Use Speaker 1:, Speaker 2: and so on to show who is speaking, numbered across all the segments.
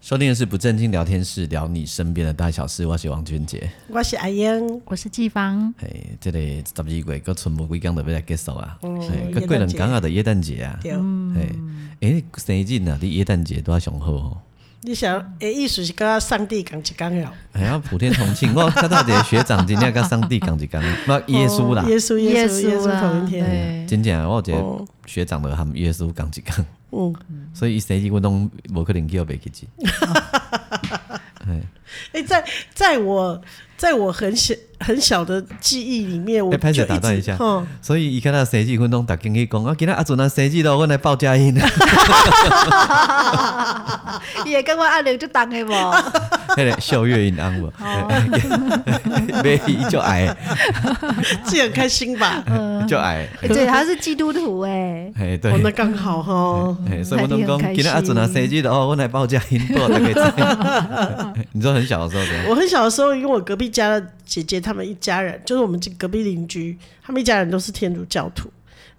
Speaker 1: 收听的是不正经聊天室，聊你身边的大小事。我是王俊杰。
Speaker 2: 我是阿英，
Speaker 3: 我是季芳，
Speaker 1: 嘿，这里十二月搁剩无几工就要来结束啊，
Speaker 2: 嗯
Speaker 1: 嘿，
Speaker 2: 是
Speaker 1: 搁过两天啊，就耶诞节啊，
Speaker 2: 对，
Speaker 1: 嘿，诶，你生日啊，你耶诞节都要上好哦吼。
Speaker 2: 你想，诶，意思是跟上帝讲一讲了，
Speaker 1: 哎呀，普天同庆！我看到一个学长今天跟上帝讲一讲， 那耶稣啦
Speaker 2: 哦，耶稣，耶稣，耶稣
Speaker 3: 啦
Speaker 2: 同一天，
Speaker 3: 对，
Speaker 1: 真正啊我有一个
Speaker 2: 哦，
Speaker 1: 学长的含耶稣讲一讲，
Speaker 2: 嗯，
Speaker 1: 所以伊生日我拢无可能叫袂记起。
Speaker 2: 诶，在在我在我很小很小的记忆里面，我
Speaker 1: 哎拍手
Speaker 2: 就
Speaker 1: 打断
Speaker 2: 直
Speaker 1: 一下
Speaker 2: 嗯，
Speaker 1: 所以伊看到生日，我拢逐经去讲，啊，今仔阿祖那生日咯，我来报佳音。
Speaker 3: 也跟我阿玲就当的无，
Speaker 1: 迄个秀月银安无，没伊就矮，
Speaker 2: 自己很开心吧？
Speaker 1: 就矮，
Speaker 3: 对，他是基督徒哎，
Speaker 1: 嘿
Speaker 2: 哦，那
Speaker 1: 对。
Speaker 2: 刚好哈，
Speaker 1: 嘿所以我拢
Speaker 3: 那你很
Speaker 1: 讲，
Speaker 3: 开
Speaker 1: 今仔阿祖那
Speaker 3: 心
Speaker 1: 生日的哦，我来报佳音，报大概知。你说很小的时候的，
Speaker 2: 我很小的时候，因为我隔壁家的姐姐他们一家人，就是我们这隔壁邻居，他们一家人都是天主教徒，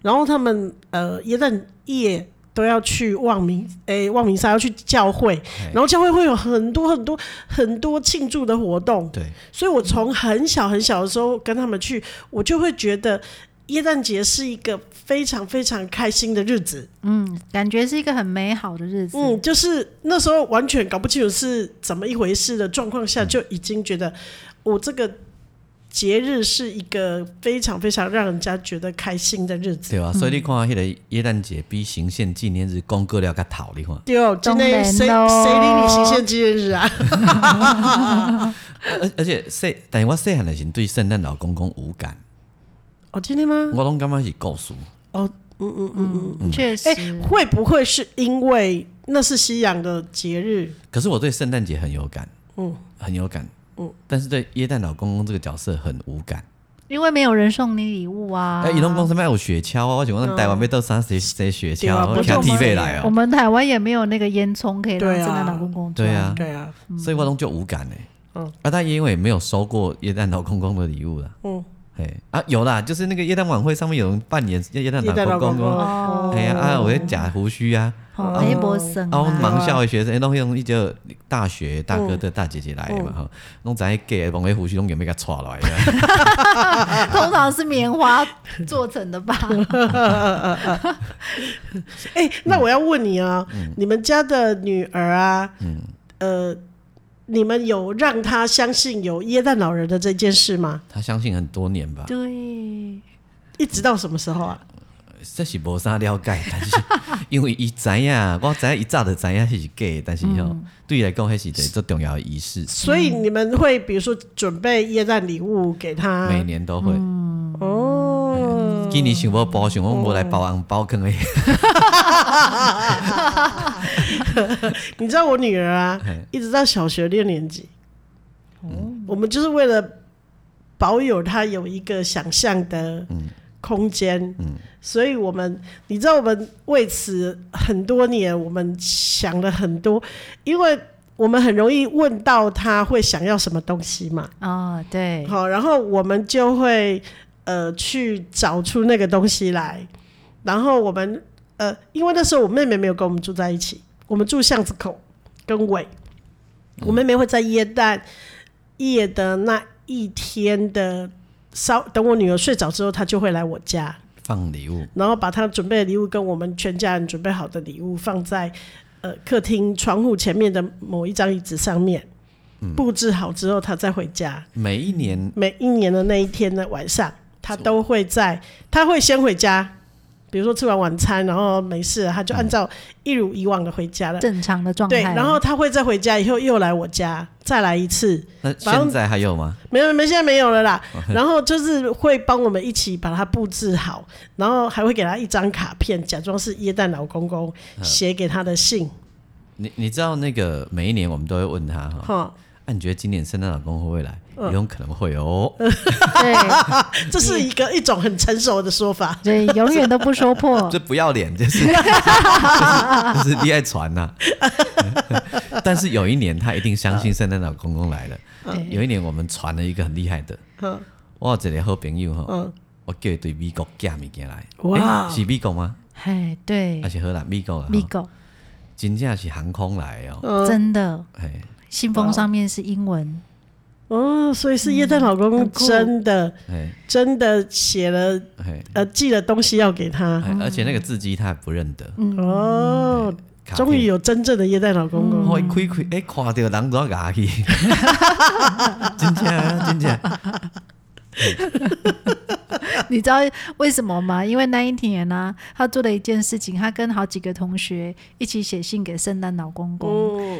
Speaker 2: 然后他们呃耶诞夜都要去望明，诶、望明山要去教会，然后教会会有很多很多很多庆祝的活动，
Speaker 1: 对，
Speaker 2: 所以我从很小很小的时候跟他们去，我就会觉得耶诞节是一个非常非常开心的日子。
Speaker 3: 嗯，感觉是一个很美好的日子，
Speaker 2: 嗯，就是那时候完全搞不清楚是怎么一回事的状况下，就已经觉得我这个节日是一个非常非常让人家觉得开心的日子。
Speaker 1: 对啊，所以你看，迄个耶诞节比行宪纪念日讲过了较头，你看，
Speaker 2: 对哦，今天谁
Speaker 3: 当然咯
Speaker 2: 谁理你行宪纪念日啊？
Speaker 1: 而而且细，但是我细汉的时候对圣诞老公公无感，
Speaker 2: 哦，今天吗？
Speaker 1: 我拢感觉是故事。
Speaker 3: 确
Speaker 2: 哎、
Speaker 3: 实，
Speaker 2: 会不会是因为那是西洋的节日？
Speaker 1: 可是我对圣诞节很有感，嗯，很有感，嗯，但是对耶诞老公公这个角色很无感。
Speaker 3: 因为没有人送你礼物啊
Speaker 1: 哎，伊拢讲什么有雪橇啊，我想讲台湾要到啥谁谁雪
Speaker 2: 对啊
Speaker 1: 橇，我
Speaker 2: 不
Speaker 1: 听
Speaker 2: 就
Speaker 1: T
Speaker 2: 是
Speaker 1: 费来
Speaker 3: 我
Speaker 1: 哦，
Speaker 3: 们台湾也没有那个烟囱可以让
Speaker 2: 对啊
Speaker 3: 圣诞老公公
Speaker 1: 对啊，
Speaker 2: 对啊，
Speaker 1: 所以我拢就无感哎。
Speaker 2: 嗯
Speaker 1: 啊，但因为没有收过耶诞老公公的礼物啦。
Speaker 2: 嗯，
Speaker 1: 哎啊，有啦，就是那个耶诞晚会上面有人扮演耶诞
Speaker 2: 耶诞
Speaker 1: 老
Speaker 2: 老
Speaker 1: 公
Speaker 2: 公
Speaker 1: 公
Speaker 2: 公，
Speaker 3: 哦，
Speaker 1: 哎呀啊，我在假胡须啊，
Speaker 3: 哦，没博
Speaker 2: 嗯
Speaker 3: 生
Speaker 1: 啊，我
Speaker 3: 啊，
Speaker 1: 盲校的学生，哎，拢用一个大学大哥的大姐姐来的
Speaker 2: 嗯
Speaker 1: 嘛吼，拢知影假的，往个胡须拢有要甲带来啊 的，
Speaker 3: 通常是棉花做成的吧？
Speaker 2: 哎、
Speaker 1: 嗯
Speaker 2: 那我要问你啊，你们家的女儿啊，
Speaker 1: 嗯
Speaker 2: 呃，你们有让她相信有耶诞老人的这件事吗？
Speaker 1: 他相信很多年吧，
Speaker 3: 对，
Speaker 2: 一直到什么时候啊？
Speaker 1: 这是无啥了解，但是因为伊知影，我知影伊早就知影是假的，但是吼、对伊来讲，迄是一个最重要的仪式，
Speaker 2: 所以你们会比如说准备耶诞礼物给她
Speaker 1: 每年都会。
Speaker 2: 哦，
Speaker 1: 今年想要包，想讲无来包红包，可能会
Speaker 2: 你知道我女儿啊
Speaker 1: 嘿，
Speaker 2: 一直到小学六年级，嗯我们就是为了保有她有一个想象的空间，所以我们你知道我们为此很多年，我们想了很多，因为我们很容易问到她会想要什么东西嘛，
Speaker 3: 哦，对，
Speaker 2: 好，然后我们就会呃去找出那个东西来，然后我们呃，因为那时候我妹妹没有跟我们住在一起，我们住巷子口跟尾，我妹妹会在耶诞夜的那一天的稍等我女儿睡着之后，她就会来我家，
Speaker 1: 放礼物。
Speaker 2: 然后把她准备的礼物跟我们全家人准备好的礼物放在呃客厅窗户前面的某一张椅子上面。布置好之后，她再回家。
Speaker 1: 每一年
Speaker 2: 每一年的那一天的晚上，他都会在，他会先回家，比如说吃完晚餐，然后没事了，他就按照一如以往的回家了。
Speaker 3: 正常的状态
Speaker 2: 对，
Speaker 3: 啊。
Speaker 2: 然后他会再回家以后又来我家，再来一次，
Speaker 1: 那现在还有吗？
Speaker 2: 没有没有，现在没有了啦。然后就是会帮我们一起把它布置好，然后还会给他一张卡片，假装是耶诞老公公写给他的信。
Speaker 1: 你你知道那个每一年我们都会问他哈，
Speaker 2: 哈，
Speaker 1: 啊，你觉得今年圣诞老公会不会来？有种可能会哦。
Speaker 3: 对
Speaker 2: 这是一个一种很成熟的说法。
Speaker 3: 对，永远都不说 破。
Speaker 1: 这不要脸，就是就是就是恋爱船呐、但是有一年他一定相信圣诞老公公来了。
Speaker 2: 哎
Speaker 3: 对
Speaker 1: 有一年我们传了一个很厉害的，
Speaker 2: 嗯
Speaker 1: 我有一个好朋友哈
Speaker 2: 嗯，
Speaker 1: 我叫伊对美国寄物件来。
Speaker 2: 哇
Speaker 1: 诶是美国吗？
Speaker 3: 哎，对
Speaker 1: 还是荷兰？美国啦，
Speaker 3: m i
Speaker 1: 吼真正是航空来的哦。
Speaker 2: 嗯，
Speaker 3: 真的，
Speaker 1: 嘿，
Speaker 3: 信封上面是英文，
Speaker 2: 哦，所以是耶诞老公
Speaker 3: 很酷
Speaker 2: 真的
Speaker 1: 嘿，
Speaker 2: 真的写了
Speaker 1: 嘿，
Speaker 2: 呃寄了东西要给他。
Speaker 1: 嘿而且那个字迹他还不认得。
Speaker 2: 啊哦，
Speaker 1: 卡片
Speaker 2: 终于有真正的耶诞老公公。
Speaker 1: 我一开开，哎，看到人 都牙去，真正啊真正，
Speaker 3: 你知道为什么吗？因为那一年呢、他做了一件事情，他跟好几个同学一起写信给圣诞老公公，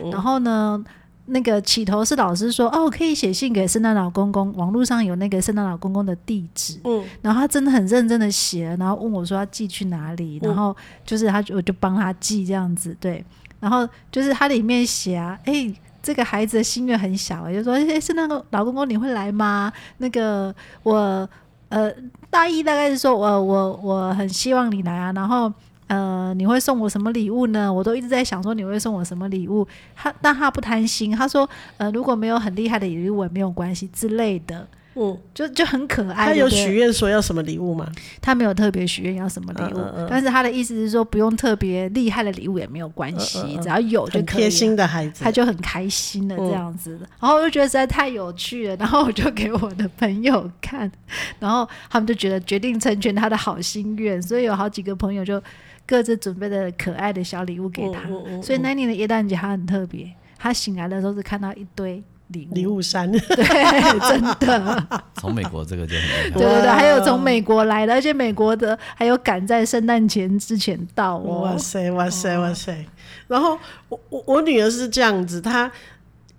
Speaker 2: 嗯
Speaker 3: 然后呢。那个起头是老师说哦，可以写信给圣诞老公公，网络上有那个圣诞老公公的地址，
Speaker 2: 嗯
Speaker 3: 然后他真的很认真的写了，然后问我说要寄去哪里，
Speaker 2: 嗯
Speaker 3: 然后就是他就我就帮他寄这样子，对，然后就是他里面写啊，哎、这个孩子的心愿很小、就说哎、诶是那个老公公你会来吗？那个我呃大意大概是说我我我很希望你来啊，然后。呃，你会送我什么礼物呢？我都一直在想说你会送我什么礼物。他但他不贪心，他说呃如果没有很厉害的礼物也没有关系之类的，
Speaker 2: 嗯，
Speaker 3: 就就很可爱。
Speaker 2: 他有
Speaker 3: 对不对
Speaker 2: 许愿说要什么礼物吗？
Speaker 3: 他没有特别许愿要什么礼物，
Speaker 2: 嗯嗯嗯
Speaker 3: 但是他的意思是说不用特别厉害的礼物也没有关系，
Speaker 2: 嗯嗯嗯
Speaker 3: 只要有就
Speaker 2: 很
Speaker 3: 可以啊
Speaker 2: 贴心嗯
Speaker 3: 了。
Speaker 2: 的孩子
Speaker 3: 他。就很开心的这样子，然后我就觉得实在太有趣了， 然后我就给我的朋友看，然后他们就觉得决定成全他的好心愿，所以有好几个朋友就各自准备了可爱的小礼物给他。
Speaker 2: 嗯嗯嗯嗯
Speaker 3: 所以那一年的耶诞节他很特别，他醒来的时候是看到一堆礼物，
Speaker 2: 礼物山，
Speaker 3: 对，真的。
Speaker 1: 从美国这个就很厉害
Speaker 3: 对。对对，
Speaker 2: 哇
Speaker 3: 还有从美国来的，而且美国的还有赶在圣诞前之前到
Speaker 2: 哇
Speaker 3: 哦。
Speaker 2: 塞哇塞哇塞！然后我我我女儿是这样子，她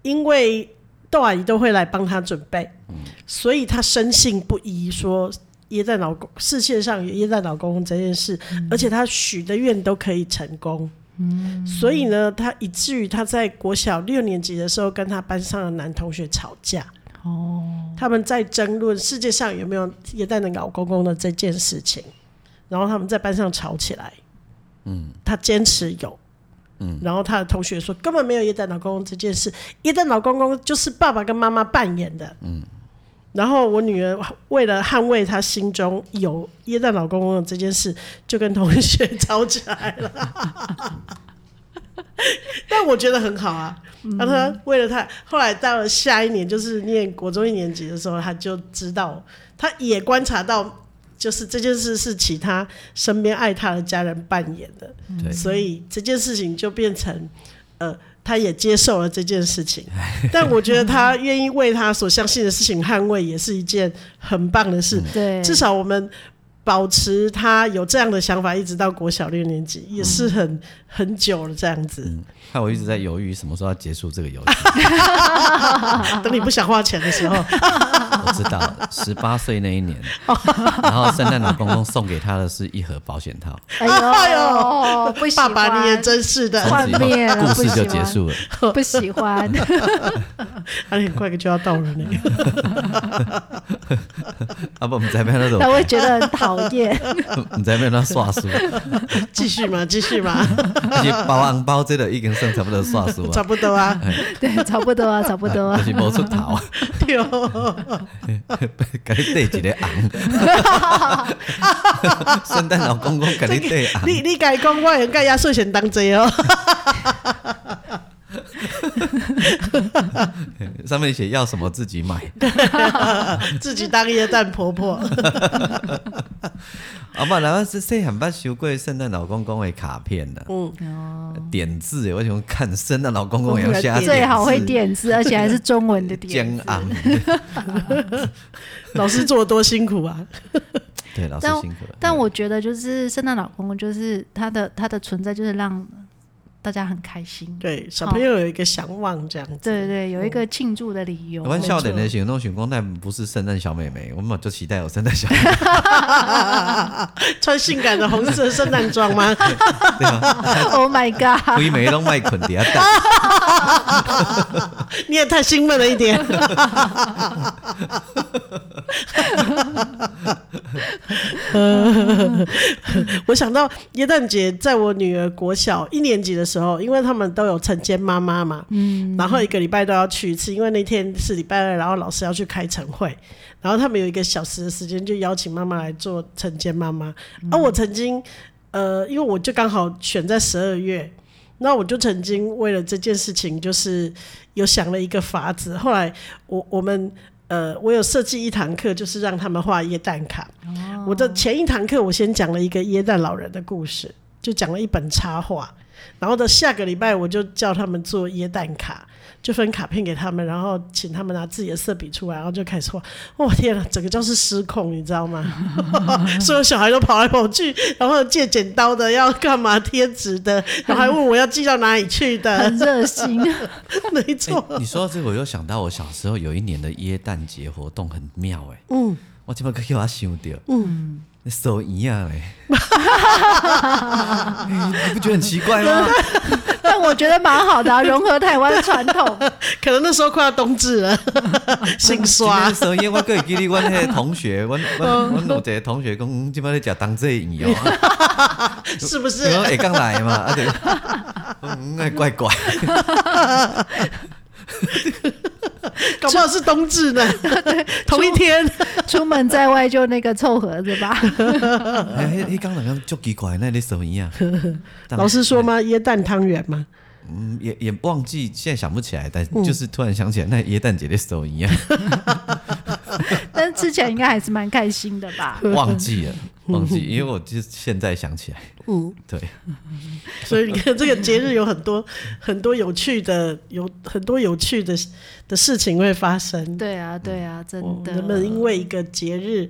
Speaker 2: 因为豆阿姨都会来帮她准备，所以她深信不疑说。耶诞老公世界上有耶诞老公公这件事，
Speaker 3: 嗯
Speaker 2: 而且她许的愿都可以成功，嗯，所以呢，她以至于她在国小六年级的时候跟她班上的男同学吵架，
Speaker 3: 哦，
Speaker 2: 他们在争论世界上有没有耶诞老公公的这件事情，然后他们在班上吵起来。嗯，他坚持有。嗯，然后他的同学说根本没有耶诞老公公这件事，耶诞老公公就是爸爸跟妈妈扮演的。嗯，然后我女儿为了捍卫她心中有耶诞老公公的这件事，就跟同学吵起来了。 但我觉得很好啊，让他为了他，后来到了下一年，就是念国中一年级的时候，他就知道，他也观察到，就是这件事是其他身边爱他的家人扮演的，
Speaker 1: 对
Speaker 2: 所以这件事情就变成，呃，他也接受了这件事情。但我觉得他愿意为他所相信的事情捍卫，也是一件很棒的事。
Speaker 3: 对，
Speaker 2: 至少我们保持他有这样的想法，一直到国小六年级，也是很、很久了这样子。
Speaker 1: 害我一直在犹豫什么时候要结束这个游 戏。
Speaker 3: 啊
Speaker 2: 等你不想花钱的时候，
Speaker 1: 我知道，十八岁那 一年，然后圣诞老公公送给他的是一盒保险套，
Speaker 3: 哎呦，
Speaker 2: 哎
Speaker 3: 呦不喜
Speaker 2: 爸
Speaker 3: 欢，
Speaker 2: 爸你也真是 的，
Speaker 1: 从此以
Speaker 3: 幻灭
Speaker 1: 后
Speaker 3: 了
Speaker 1: 故事就结束了。
Speaker 3: 啊不喜欢。
Speaker 2: 啊，你很快就要到了呢。
Speaker 1: 啊不，我们才没有那种
Speaker 3: 他，会觉得很讨厌，
Speaker 1: 我们才没有那刷书，
Speaker 2: 继续嘛，继续嘛，
Speaker 1: 而且包红包这个已经剩差不多刷书
Speaker 2: 差
Speaker 1: 啊，
Speaker 2: 不多啊，
Speaker 3: 对，差不多啊，差不多
Speaker 1: 就
Speaker 3: 啊。
Speaker 1: 是没出头，
Speaker 2: 对哦，
Speaker 1: 给你对一个红。 圣诞老公公给你对红，
Speaker 2: 你你改讲，我应该压岁钱当这哦，
Speaker 1: 上面写要什么自己买。
Speaker 2: 自己当耶诞婆婆。
Speaker 1: 啊不，然后是细汉捌收过圣诞老公公的卡片
Speaker 3: 哦
Speaker 1: 的，
Speaker 2: 嗯，
Speaker 1: 点字的，我想看圣诞老公公有写
Speaker 3: 最好会
Speaker 1: 字
Speaker 3: 点字，而且还是中文的点
Speaker 1: 煎
Speaker 3: 字。
Speaker 1: 昂，
Speaker 2: 老师做得多辛苦啊，
Speaker 1: 对，老师
Speaker 3: 但
Speaker 1: 辛苦了。
Speaker 3: 但我觉得，就是圣诞老公公，就是他的他的存在，就是让大家很开心。
Speaker 2: 对，小朋友有一个向往这样子。
Speaker 3: 对对，有一个庆祝的理由。
Speaker 1: 我们笑脸的行动选光，但不是圣诞小美 眉，我们就期待有圣诞小 妹妹，
Speaker 2: 穿性感的红色圣诞装吗？
Speaker 1: 对吧？
Speaker 3: Oh my god！
Speaker 1: 规眉拢卖捆底下蛋，
Speaker 2: 你也太兴奋了一点。 我想到耶诞节，在我女儿国小一年级的时候，因为他们都有晨间妈妈嘛，嗯，然后一个礼拜都要去一次，因为那天是礼拜二，然后老师要去开晨会，然后他们有一个小时的时间，就邀请妈妈来做晨间妈妈。而我曾经，呃，因为我就刚好选在十二月，那我就曾经为了这件事情，就是有想了一个法子。后来我我们呃，我有设计一堂课，就是让他们画椰蛋卡。我的前一堂课，我先讲了一个椰蛋老人的故事，就讲了一本插画。然后的下个礼拜，我就叫他们做椰蛋卡，就分卡片给他们，然后请他们拿自己的色笔出来，然后就开始画。我、天啊，整个教室失控，你知道吗？所有小孩都跑来跑去，然后借剪刀的要干嘛，贴纸的，然后还问我要寄到哪里去的，
Speaker 3: 很热心，
Speaker 2: 没
Speaker 1: 哎
Speaker 2: 错，
Speaker 1: 你说到这个，我又想到我小时候有一年的耶诞节活动很妙哎、嗯，我这么去我想到，嗯，手一啊 嘞，你不觉得很奇怪 吗？
Speaker 3: 但我觉得蛮好的、啊，融合台湾传统。
Speaker 2: 可能那时候快要冬至 了，心
Speaker 1: 今
Speaker 2: 刷
Speaker 1: 天。手艺，我还会记得我那个同学，我我我有一个同学讲，嗯今摆咧食冬至圆 哦，
Speaker 2: 是不是
Speaker 1: 然后会讲来嘛，啊对， 嗯，那怪怪，
Speaker 2: 搞不好是冬至 呢，同一天。
Speaker 3: 出门在外就那个凑合着吧。
Speaker 1: 哎，迄迄讲人讲足奇怪，那咧手艺啊，
Speaker 2: 老师说吗？ 椰蛋汤圆 吗？
Speaker 1: 嗯，也也忘记，现在想不起来，但
Speaker 2: 嗯
Speaker 1: 就是突然想起来，那耶诞节的手艺 啊，
Speaker 3: 但之前应该还是蛮开心的吧？
Speaker 1: 忘 记了，忘记，因为我就是现在想起来，嗯， 对，
Speaker 2: 所以你看，这个节日有很多很多有趣的，有很多有趣的的事情会发生。
Speaker 3: 对啊，对啊，真
Speaker 2: 嗯我
Speaker 3: 的。
Speaker 2: 人们因为一个节日，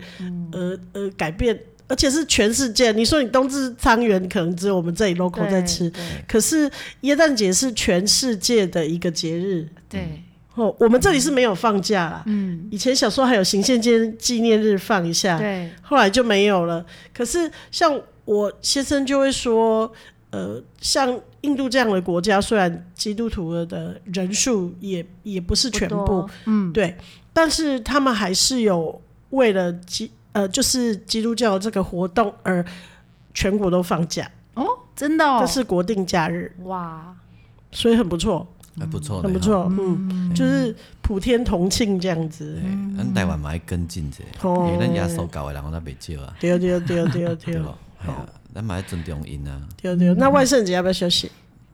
Speaker 2: 而而改变，而且是全世界。你说你冬至汤圆可能只有我们这里 local
Speaker 3: 对
Speaker 2: 在吃，
Speaker 3: 对
Speaker 2: 可是耶诞节是全世界的一个节日。
Speaker 3: 对，
Speaker 2: 哦，我们这里是没有放假啦。
Speaker 3: 嗯，
Speaker 2: 以前小时候还有行宪纪纪念日放一下，
Speaker 3: 对，
Speaker 2: 后来就没有了。可是像我先生就会说，呃，像印度这样的国家，虽然基督徒的人数也也不是全
Speaker 3: 不
Speaker 2: 部
Speaker 3: 多，，嗯，
Speaker 2: 对，但是他们还是有为了基呃，就是基督教这个活动而全国都放假，
Speaker 3: 哦，真的哦
Speaker 2: 这，是国定假日，
Speaker 3: 哇，
Speaker 2: 所以很不错，
Speaker 1: 还不错，
Speaker 2: 很不。错，嗯，就是普天同庆这样子
Speaker 1: 对，，咱台湾嘛爱跟进者，因
Speaker 2: 嗯哦
Speaker 1: 为咱野手教的人，我那袂少啊，
Speaker 2: 对对对对对
Speaker 1: 对无？系啊，咱嘛爱尊重因啊，
Speaker 2: 对对，
Speaker 3: 嗯
Speaker 2: 那万圣节要不要休息？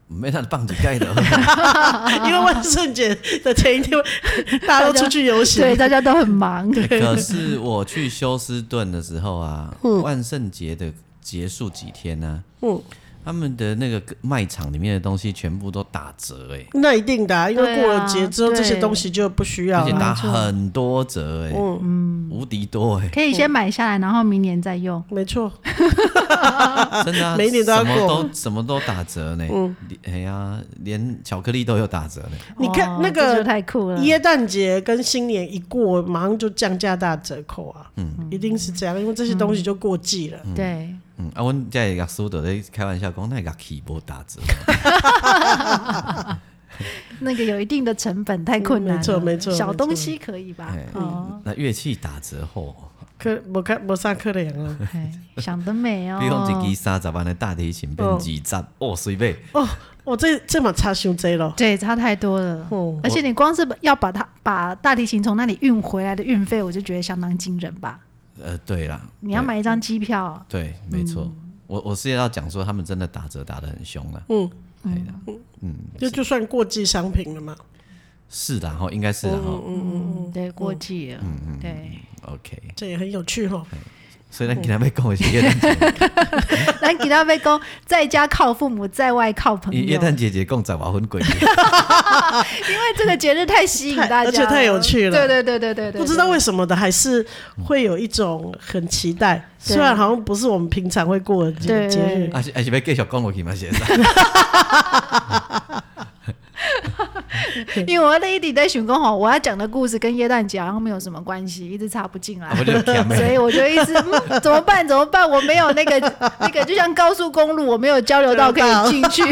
Speaker 1: 毋免咱放一 届的，
Speaker 3: 啊
Speaker 2: 因为万圣节的前一天， 大家都出去游行
Speaker 3: 对，，大家都 很忙，
Speaker 1: 可是我去休斯顿的时候啊，万圣节的结束几天呢、
Speaker 2: 嗯，
Speaker 1: 他们的那个卖场里面的东西全部都打折哎、
Speaker 2: 那一定的、啊，因为
Speaker 3: 对啊
Speaker 2: 过了节之后，
Speaker 3: 对
Speaker 2: 这些东西就不需要
Speaker 1: 而且
Speaker 2: 了。啊
Speaker 1: 打很多折哎、
Speaker 2: 嗯
Speaker 1: 无敌多 哎、
Speaker 3: 可以先买下来，然后明年再用。
Speaker 2: 没错，
Speaker 3: 哦
Speaker 1: 真的、啊，
Speaker 2: 每一年都要
Speaker 1: 什么
Speaker 2: 过嗯
Speaker 1: 都什么都打折呢、哎呀、连巧克力都有打折呢、
Speaker 2: 你看
Speaker 3: 哦
Speaker 2: 那个
Speaker 3: 这就太酷了，
Speaker 2: 耶诞节跟新年一过，马上就降价大折扣啊！嗯，一定是这样，因为这些东西就过季了。
Speaker 3: 对，
Speaker 1: 嗯，啊，阮在乐师都在开玩笑讲，那乐器无打折，
Speaker 3: 那个有一定的成本，太困难
Speaker 2: 嗯
Speaker 3: 了，
Speaker 2: 没错没错
Speaker 3: 小东西可以吧
Speaker 1: 哎？
Speaker 2: 嗯
Speaker 3: 哦，
Speaker 1: 那乐器打折后，
Speaker 2: 可我看我上课了啊，
Speaker 3: 哎想得美哦
Speaker 1: 比如，讲一支三十万的大提琴变二十，哦，随便。
Speaker 2: 哦，我这这嘛差伤多了。
Speaker 3: 对，差太多了。
Speaker 2: 哦，
Speaker 3: 而且你光是要把它把大提琴从那里运回来的运费，我就觉得相当惊人吧。
Speaker 1: 呃，对啦，
Speaker 3: 你要买一
Speaker 2: 嗯
Speaker 3: 张机票，
Speaker 1: 对，没错。我我是要讲说，他们真的打折打得很凶了。
Speaker 2: 嗯
Speaker 1: 哎呀，
Speaker 2: 这就算过季商品了嘛。嗯
Speaker 1: 是的，哈，应该是的哈。
Speaker 3: 嗯嗯，对，过季了，对，
Speaker 1: OK，
Speaker 2: 这也很有趣哈、
Speaker 1: 所以咱今天要讲的是耶
Speaker 3: 咱
Speaker 1: 诞节，
Speaker 3: 给他被公在家靠父母，在外靠朋友，
Speaker 1: 伊耶
Speaker 3: 因
Speaker 1: 诞
Speaker 3: 为
Speaker 1: 节节共十外分鬼，
Speaker 3: 这个节日太吸引大家了，
Speaker 2: 太而且太有趣了
Speaker 3: 对对对对对对，
Speaker 2: 不知道为什么的，还是会有一种很期待，
Speaker 3: 对
Speaker 2: 虽然好像不是我们平常会过的节
Speaker 3: 对
Speaker 2: 节日。
Speaker 1: 还是还是 啊要继续讲落去嘛，先生。
Speaker 3: 对因为我在一直在想讲吼，我要讲的故事跟耶诞节好像没有什么关系，一直插不进来。
Speaker 1: 啊我就甜
Speaker 3: 所以
Speaker 1: 的。
Speaker 3: 我就一直、嗯、怎么办？怎么办？我没有那个那个，就像高速公路，我没有交流道可以进去。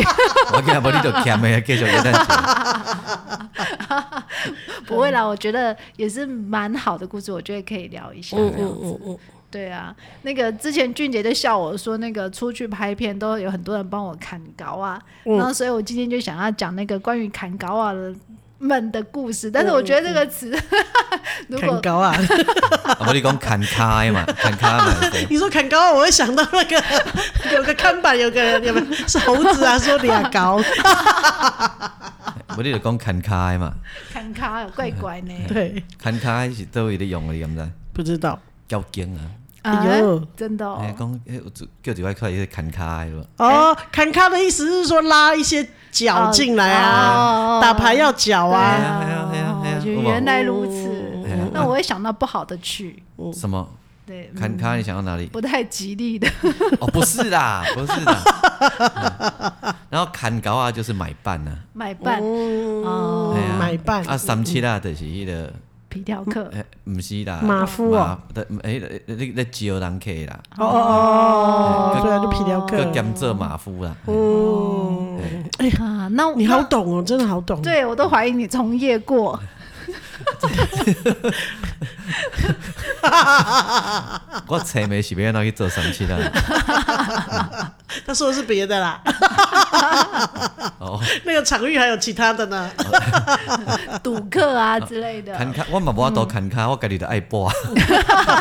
Speaker 1: 我今日无你就甜的，继续耶诞节。
Speaker 3: 不会啦，我觉得也是蛮好的故事，我觉得可以聊一下。
Speaker 2: 嗯
Speaker 3: 这样
Speaker 2: 嗯嗯嗯，
Speaker 3: 对啊，那个之前俊杰就笑我说，那个出去拍片都有很多人帮我砍稿啊，
Speaker 2: 嗯
Speaker 3: 然后所以我今天就想要讲那个关于砍稿啊的们的故事，但是我觉得这个词， 如果
Speaker 2: 嗯砍高啊！
Speaker 1: 啊，无你讲砍卡的嘛， 砍卡嘛。对
Speaker 2: 你说砍高，啊我会想到那个有个看板，有个 人有没有是猴子啊？说你啊高，
Speaker 1: 无你就讲砍卡的嘛，
Speaker 3: 砍咖怪怪 呢，
Speaker 2: 对，
Speaker 1: 砍卡的是倒位咧用的，你敢知？
Speaker 2: 不知道
Speaker 1: 交警啊，
Speaker 3: 啊
Speaker 2: 哎呦，
Speaker 3: 真的、
Speaker 1: 哎，
Speaker 3: 哦，
Speaker 1: 讲哎，有一叫一块块是砍卡的嘛。
Speaker 3: 哎
Speaker 2: 哦。砍咖的意思是说拉一些脚进来啊，
Speaker 3: 哦
Speaker 2: 打牌要脚
Speaker 1: 哎
Speaker 2: 啊，
Speaker 1: 呀哎呀哎呀哎呀
Speaker 3: 哦
Speaker 1: 有无
Speaker 3: 原来如此
Speaker 2: 嗯
Speaker 1: 哎呀，
Speaker 3: 那我会想到不好的去，
Speaker 1: 什么
Speaker 3: 对，嗯
Speaker 1: 砍卡？你想到哪里？
Speaker 3: 不太吉利的，
Speaker 1: 哦，不是啦，不是啦。嗯然后砍高啊，就是买办啊，
Speaker 3: 买办
Speaker 2: 嗯
Speaker 3: 哦，
Speaker 1: 哎呀
Speaker 2: 买办
Speaker 1: 啊，三七啦，就是迄个，
Speaker 3: 皮条客
Speaker 1: 哎，唔是啦，
Speaker 2: 马夫哦
Speaker 1: 马，对哎，你你你招人客啦，
Speaker 2: 哦哦哦，对啊，就皮条
Speaker 1: 个
Speaker 2: 客。
Speaker 1: 兼做马夫啦。
Speaker 2: 哦嗯，哎呀，
Speaker 3: 啊，那
Speaker 2: 你好懂哦，真的好
Speaker 1: 嗯
Speaker 2: 懂。
Speaker 3: 对我都怀疑你从业 过。
Speaker 1: 我猜没是要安怎去做三七啦。
Speaker 2: 他说的是别的啦，
Speaker 1: 哦，
Speaker 2: 那个场域还有其他的呢。
Speaker 3: 赌客啊之类的。
Speaker 1: 砍卡，我嘛无法度砍卡，我家己就爱播，
Speaker 2: 嗯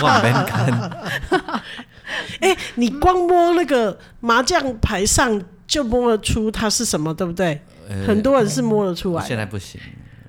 Speaker 1: 我唔免 砍。
Speaker 2: 哎、你光摸那个麻将牌上就摸得出它是什么，对不对？
Speaker 1: 呃
Speaker 2: 很多人是摸得出来
Speaker 1: 现
Speaker 2: 的。
Speaker 1: 在不行，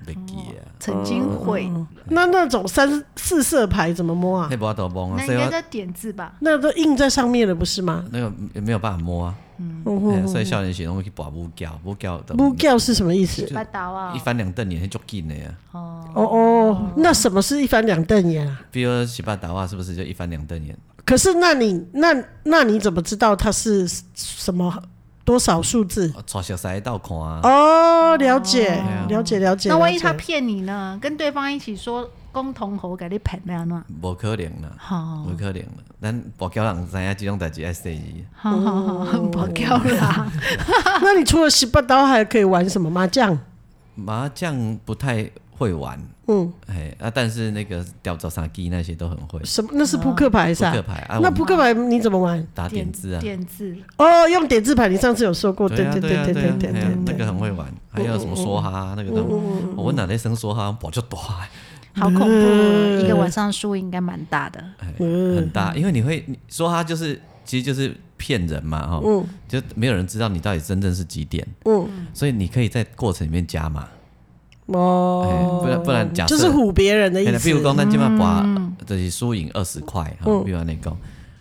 Speaker 1: 袂记啊，
Speaker 3: 曾经会，
Speaker 1: 嗯
Speaker 2: 那那种三四色牌怎么摸啊
Speaker 1: 那？无法度摸啊，
Speaker 3: 那
Speaker 1: 所
Speaker 3: 应
Speaker 1: 以
Speaker 3: 该
Speaker 1: 我
Speaker 3: 叫点字吧？
Speaker 2: 那都印在上面了，不是吗？
Speaker 1: 那个也没有办法摸啊。
Speaker 2: 嗯哦
Speaker 1: 哎所以少年时拢去跋舞教，舞教都
Speaker 2: 摸掉是什么意思？
Speaker 3: 八刀啊
Speaker 1: 一，翻两瞪眼，足紧的啊。
Speaker 3: 哦，
Speaker 2: 哦哦，那什么是一翻两瞪眼啊？
Speaker 1: 比如说洗八达瓦是不是就一翻两瞪眼？
Speaker 2: 可是那你那那你怎么知道它是什么多少数字？
Speaker 1: 哦，带小三道看啊，
Speaker 2: 哦，了解，了解，了解。
Speaker 3: 那万一他
Speaker 2: 了解
Speaker 3: 骗你呢？跟对方一起说共同猴给你骗那样呢？
Speaker 1: 无可能啦，
Speaker 3: 好，
Speaker 1: 无可能啦。咱跋教人知影即种代志爱说伊，
Speaker 3: 好好
Speaker 1: 哦
Speaker 3: 好，不掉啦。
Speaker 2: 那你除了十八刀还可以玩什么麻将？
Speaker 1: 麻将不太会玩，
Speaker 2: 嗯，
Speaker 1: 哎啊，但是那个吊照三机那些都很会，
Speaker 2: 什么？那是扑克牌是
Speaker 1: 扑
Speaker 2: 吧？
Speaker 1: 克牌啊，我
Speaker 2: 那
Speaker 1: 们
Speaker 2: 扑克牌你怎么玩？
Speaker 1: 打点字啊，
Speaker 3: 点字，
Speaker 2: 哦，用点字牌，你上次有说过，哦对
Speaker 1: 啊
Speaker 2: 对
Speaker 1: 对啊
Speaker 2: 对
Speaker 1: 对啊
Speaker 2: 对嗯
Speaker 1: 哎呀
Speaker 2: 对
Speaker 1: 那
Speaker 2: 对。
Speaker 1: 个很会玩，还有什么梭哈那个都，我问哪在生梭哈，我就大，
Speaker 3: 好恐怖，啊
Speaker 1: 嗯
Speaker 3: 一个晚上输赢应该蛮大的。
Speaker 1: 哎
Speaker 2: 嗯
Speaker 1: 很大，因为你会你梭哈就是其实就是骗人嘛，哦，就没有人知道你到底真正是几点，
Speaker 2: 嗯，
Speaker 1: 所以你可以在过程里面加码。
Speaker 2: 哦，
Speaker 1: 哎不然不然假设
Speaker 2: 就是唬别人的意
Speaker 1: 哎
Speaker 2: 思。嗯
Speaker 1: 比如讲，咱今晚把就是输赢二十块，哈，比如那讲，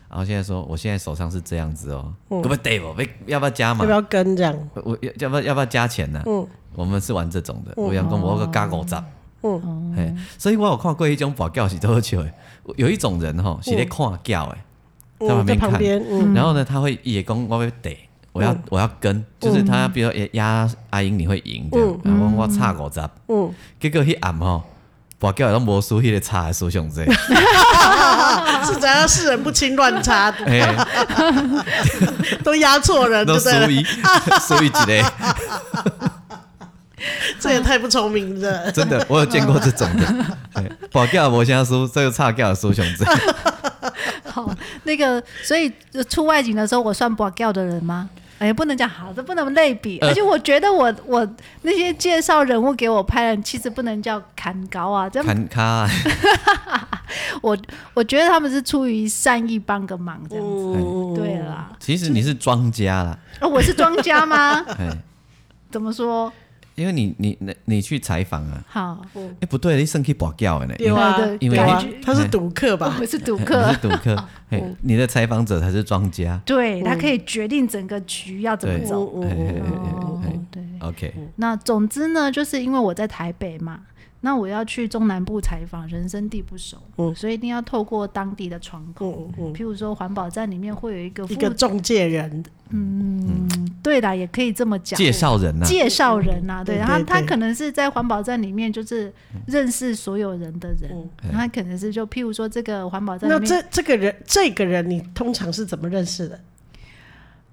Speaker 1: 然后现在说，我现在手上是这样子哦，可不可以对我？要不要加
Speaker 2: 嗯要
Speaker 1: 嘛
Speaker 2: 不？要跟这样？
Speaker 1: 我要要不要要不要加钱呢？
Speaker 2: 嗯
Speaker 1: 我们是玩这种的，我阳光我要加五十。
Speaker 2: 嗯，
Speaker 1: 嘿，所以我有看过一种跋筊是多笑的，有一种人吼是咧看筊的，
Speaker 2: 嗯
Speaker 1: 在旁
Speaker 2: 在
Speaker 1: 边
Speaker 2: 旁
Speaker 1: 看，
Speaker 2: 边，嗯
Speaker 1: 然后呢他会也讲我要得，我要我要跟，
Speaker 2: 嗯
Speaker 1: 就是他比如说压阿英你会赢这样，然后我差五十，
Speaker 2: 嗯，
Speaker 1: 结果迄暗吼跋筊拢无输迄个差的输上济，
Speaker 2: 啊 是只要世人不清乱插，
Speaker 1: 嘿，
Speaker 2: 都压错人，
Speaker 1: 都
Speaker 2: 就
Speaker 1: 输
Speaker 2: 对了。
Speaker 1: 伊 输伊一个，
Speaker 2: 这也太不聪明 了。
Speaker 1: 真的我有见过这种的， 嘿跋筊无啥输，这个差筊的输上济，
Speaker 3: 好，那个，所以呃出外景的时候，我算不掉的人吗？哎呀，不能讲好，这不能类比。
Speaker 1: 呃
Speaker 3: 而且我觉得我我那些介绍人物给我拍的人，其实不能叫砍高啊，这样
Speaker 1: 砍 卡，
Speaker 3: 我我觉得他们是出于善意帮个忙这样子。
Speaker 2: 嗯，
Speaker 3: 对啦，
Speaker 1: 其实你是庄家啦， 哎？
Speaker 3: 哦，我是庄家吗
Speaker 1: 嘿。
Speaker 3: 怎么说？
Speaker 1: 因因为你你你你去采访啊，
Speaker 3: 好，
Speaker 1: 哎、不对，你算去跋筊的呢，
Speaker 2: 对啊
Speaker 3: 对，
Speaker 1: 因为哎
Speaker 2: 对
Speaker 3: 感
Speaker 2: 啊
Speaker 3: 觉
Speaker 2: 他是赌客吧？
Speaker 3: 我是赌
Speaker 1: 你
Speaker 3: 客哦
Speaker 1: 是，赌客，嘿你的采访者才是庄家。
Speaker 3: 对他可以决定整个局要怎么
Speaker 1: 对
Speaker 3: 走。
Speaker 2: 嗯嗯
Speaker 1: 哎
Speaker 2: 嗯嗯
Speaker 3: 哦，对。
Speaker 1: OK，
Speaker 3: 那总之呢，就是因为我在台北嘛，那我要去中南部采访，人生地不熟，
Speaker 2: 嗯
Speaker 3: 所以一定要透过当地的窗口。
Speaker 2: 嗯嗯
Speaker 3: 譬如说环保站里面会有一个
Speaker 2: 嗯，
Speaker 3: 负
Speaker 2: 一个中介人，
Speaker 3: 对啦，也可以这么讲，
Speaker 1: 介绍人呐、
Speaker 3: 介绍人啊，对，
Speaker 2: 对
Speaker 3: 然后
Speaker 2: 嗯对
Speaker 3: 他
Speaker 2: 对
Speaker 3: 可能是在环保站里面就是认识所有人的人，
Speaker 1: 嗯
Speaker 3: 他可能是就譬如说这个环保站
Speaker 2: 那
Speaker 3: 里面
Speaker 2: 这这个人，这个人你通常是怎么认识的？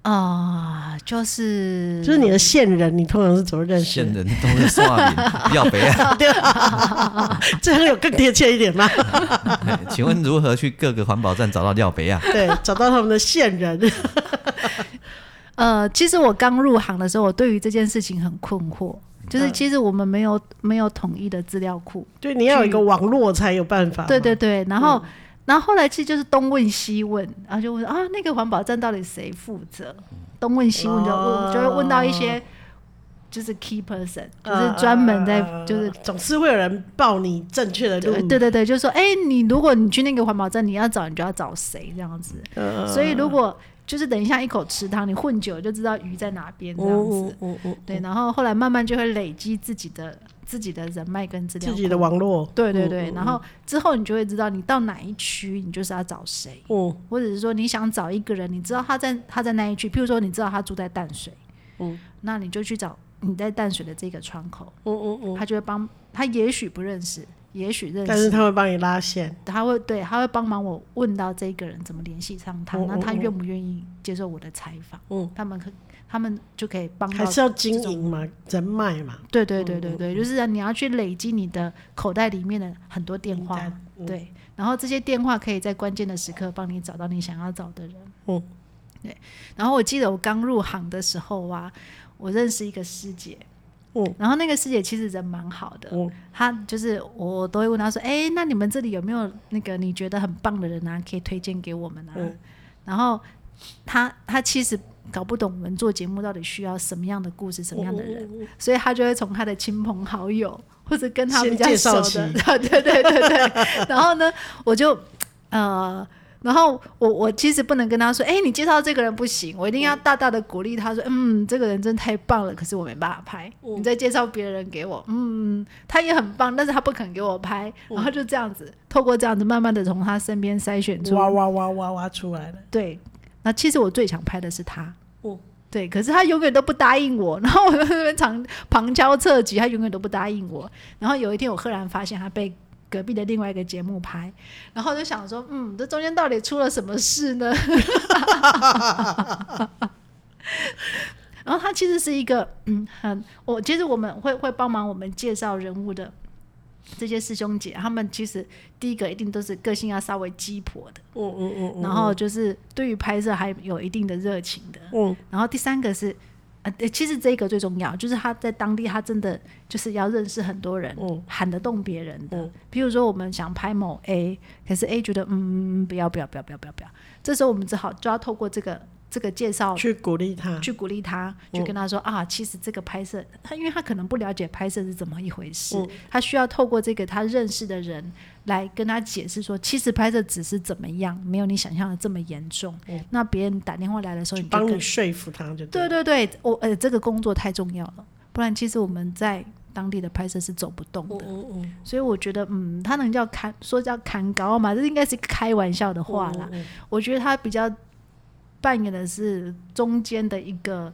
Speaker 3: 啊、就是
Speaker 2: 就是你的线人，你通常是怎么认识
Speaker 1: 现
Speaker 2: 的？
Speaker 1: 人都是刷脸，要不 要？
Speaker 2: 对啊， 这样有更贴切一点吗？
Speaker 1: 嘿请问如何去各个环保站找到廖北啊？
Speaker 2: 对，找到他们的线人，
Speaker 3: 呃，其实我刚入行的时候，我对于这件事情很困惑，就是
Speaker 2: 嗯
Speaker 3: 其实我们没有没有统一的资料库，
Speaker 2: 对，你要有一个网络才有办法嘛。
Speaker 3: 对对对，然后。然后后来其实就是东问西问，然后就问啊，那个环保站到底谁负责？东问西问就问，
Speaker 2: 哦
Speaker 3: 就会问到一些就是 key person，就
Speaker 2: 呃，
Speaker 3: 是专门在
Speaker 2: 呃
Speaker 3: 就是
Speaker 2: 总是会有人报你正确的
Speaker 3: 对
Speaker 2: 路。
Speaker 3: 对对对，就是说，哎，你如果你去那个环保站，你要找你就要找谁这样子。
Speaker 2: 呃，
Speaker 3: 所以如果就是等一下一口吃汤，你混久了就知道鱼在哪边这样子。
Speaker 2: 嗯嗯嗯嗯嗯
Speaker 3: 对，然后后来慢慢就会累积自己的自己的人脉跟资料
Speaker 2: 自
Speaker 3: 库，
Speaker 2: 己的网络。
Speaker 3: 对对对，
Speaker 2: 嗯
Speaker 3: 然后之后你就会知道你到哪一区，你就是要找谁，
Speaker 2: 嗯
Speaker 3: 或者是说你想找一个人，你知道他在他在那一区，譬如说你知道他住在淡水，
Speaker 2: 嗯，
Speaker 3: 那你就去找你在淡水的这个窗口，
Speaker 2: 嗯嗯嗯，
Speaker 3: 他就会帮他，也许不认识，也许认识，
Speaker 2: 但是他会帮你拉线。
Speaker 3: 他会对，他会帮忙我问到这个人怎么联系上他，
Speaker 2: 嗯
Speaker 3: 那
Speaker 2: 嗯
Speaker 3: 他
Speaker 2: 嗯
Speaker 3: 愿不愿意接受我的采访？
Speaker 2: 嗯，
Speaker 3: 他们可他们就可以帮
Speaker 2: 还
Speaker 3: 到。
Speaker 2: 是要哦经营嘛，人脉嘛。
Speaker 3: 对对对对对，就是你要去累积你的口袋里面的很多电话，
Speaker 2: 名单嗯
Speaker 3: 对，然后这些电话可以在关键的时刻帮你找到你想要找的人。
Speaker 2: 嗯，
Speaker 3: 对。然后我记得我刚入行的时候啊，我认识一个师姐，
Speaker 2: 嗯，
Speaker 3: 然后那个师姐其实人蛮好的，
Speaker 2: 嗯
Speaker 3: 她就是我都会问她说，哎、那你们这里有没有那个你觉得很棒的人啊，可以推荐给我们啊？
Speaker 2: 嗯
Speaker 3: 然后她她其实搞不懂我们做节目到底需要什么样的故事，什么样的人，
Speaker 2: 嗯
Speaker 3: 所以她就会从她的亲朋好友或者跟她比较
Speaker 2: 先介
Speaker 3: 熟
Speaker 2: 绍
Speaker 3: 的， 对对对对对，然后呢，我就呃。然后我我其实不能跟她说，哎、你介绍这个人不行，我一定要
Speaker 2: 嗯
Speaker 3: 大大的鼓励她说，嗯，这个人真太棒了，可是我没办法拍，
Speaker 2: 嗯
Speaker 3: 你再介绍别人给我，嗯，他也很棒，但是他不肯给我拍，
Speaker 2: 嗯
Speaker 3: 然后就这样子，透过这样子慢慢的从他身边筛选出，
Speaker 2: 哇哇哇哇哇出来了。
Speaker 3: 对，那其实我最想拍的是他，
Speaker 2: 嗯
Speaker 3: 对，可是他永远都不答应我，然后我在那边旁旁敲侧击，他永远都不答应我。然后有一天，我赫然发现他被隔壁的另外一个节目拍，然后我就想说，嗯，这中间到底出了什么事呢？然后他其实是一个，嗯，很我其实我们会会帮忙我们介绍人物的这些师兄姐，他们其实第一个一定都是个性要稍微鸡婆的，
Speaker 2: 嗯嗯嗯嗯，
Speaker 3: 然后就是对于拍摄还有一定的热情的。
Speaker 2: 嗯
Speaker 3: 然后第三个是，呃，对其实这个最重要，就是他在当地他真的就是要认识很多人，
Speaker 2: 嗯
Speaker 3: 喊得动别人的。
Speaker 2: 嗯
Speaker 3: 比如说我们想拍某 A，可是 A 觉得嗯不要不要不要不要不要不要，这时候我们只好就要透过这个这个介绍。
Speaker 2: 嗯去嗯鼓励他。
Speaker 3: 去鼓励他，去跟他说、啊，其实这个拍摄，他因为他可能不了解拍摄是怎么一回事，
Speaker 2: 嗯
Speaker 3: 他需要透过这个他认识的人来跟他解释说，其实拍摄只是怎么样，没有你想象的这么严重。那别人打电话来的时候，你就
Speaker 2: 嗯帮
Speaker 3: 跟
Speaker 2: 你说服他就
Speaker 3: 对
Speaker 2: 对
Speaker 3: 对对，我呃这个工作太重要了，不然其实我们在当地的拍摄是走不动的。
Speaker 2: 嗯嗯
Speaker 3: 所以我觉得，嗯，他能叫砍说叫砍高嘛，这应该是开玩笑的话啦。
Speaker 2: 嗯
Speaker 3: 我觉得他比较扮演的是中间的一个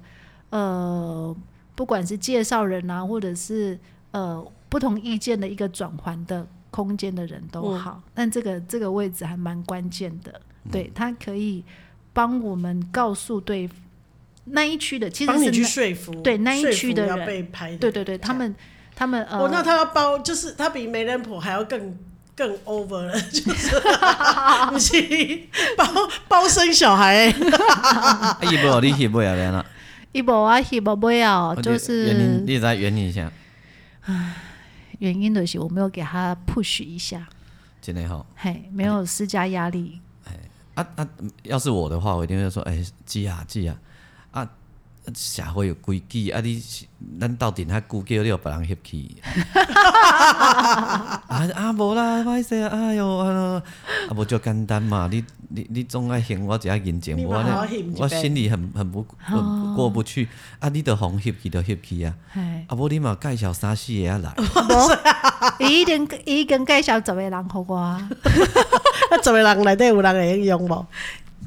Speaker 3: 呃，不管是介绍人啊，或者是呃不同意见的一个转换的空间的人都
Speaker 2: 嗯
Speaker 3: 好，但这个这个位置还蛮关键的，
Speaker 1: 嗯
Speaker 3: 对他可以帮我们告诉对那一区的，其实
Speaker 2: 帮
Speaker 3: 是
Speaker 2: 你去
Speaker 3: 那
Speaker 2: 说服，
Speaker 3: 对那一
Speaker 2: 说服
Speaker 3: 区的
Speaker 2: 要
Speaker 3: 人
Speaker 2: 被拍，
Speaker 3: 对对对，他们他们呃，
Speaker 2: 哦，那他要包，就是他比媒人婆还要更更 over 了， 就是不是包包生小孩、欸，
Speaker 1: 啊，伊无你是不要安啦，
Speaker 3: 伊无啊，伊无不要，就是
Speaker 1: 原因，你再原因一下，
Speaker 3: 原因的是我没有给他 push 一下，
Speaker 1: 真的吼。
Speaker 3: 嘿，没
Speaker 1: 啊
Speaker 3: 有施加压力。
Speaker 1: 啊啊！要是我的话，我一定会说：“哎、欸，记啊记啊，啊，社会有规矩，啊你是咱斗阵遐久，叫你互别人翕去。 啊啊无啦，歹势啊，哎哟，啊啊无就简单嘛，你你你总爱嫌我一下认真，
Speaker 2: 你
Speaker 1: 我
Speaker 2: 嘛好
Speaker 1: 呢
Speaker 2: 好翕一
Speaker 1: 我
Speaker 2: 遍
Speaker 1: 心里很很不很不过不去，啊你着红翕去着翕去啊，
Speaker 3: 嘿，
Speaker 1: 啊无你嘛介绍三四个啊来，
Speaker 3: 伊哦一定伊已经介绍十个人互我啊，
Speaker 2: 啊，十个人内底有人会用无？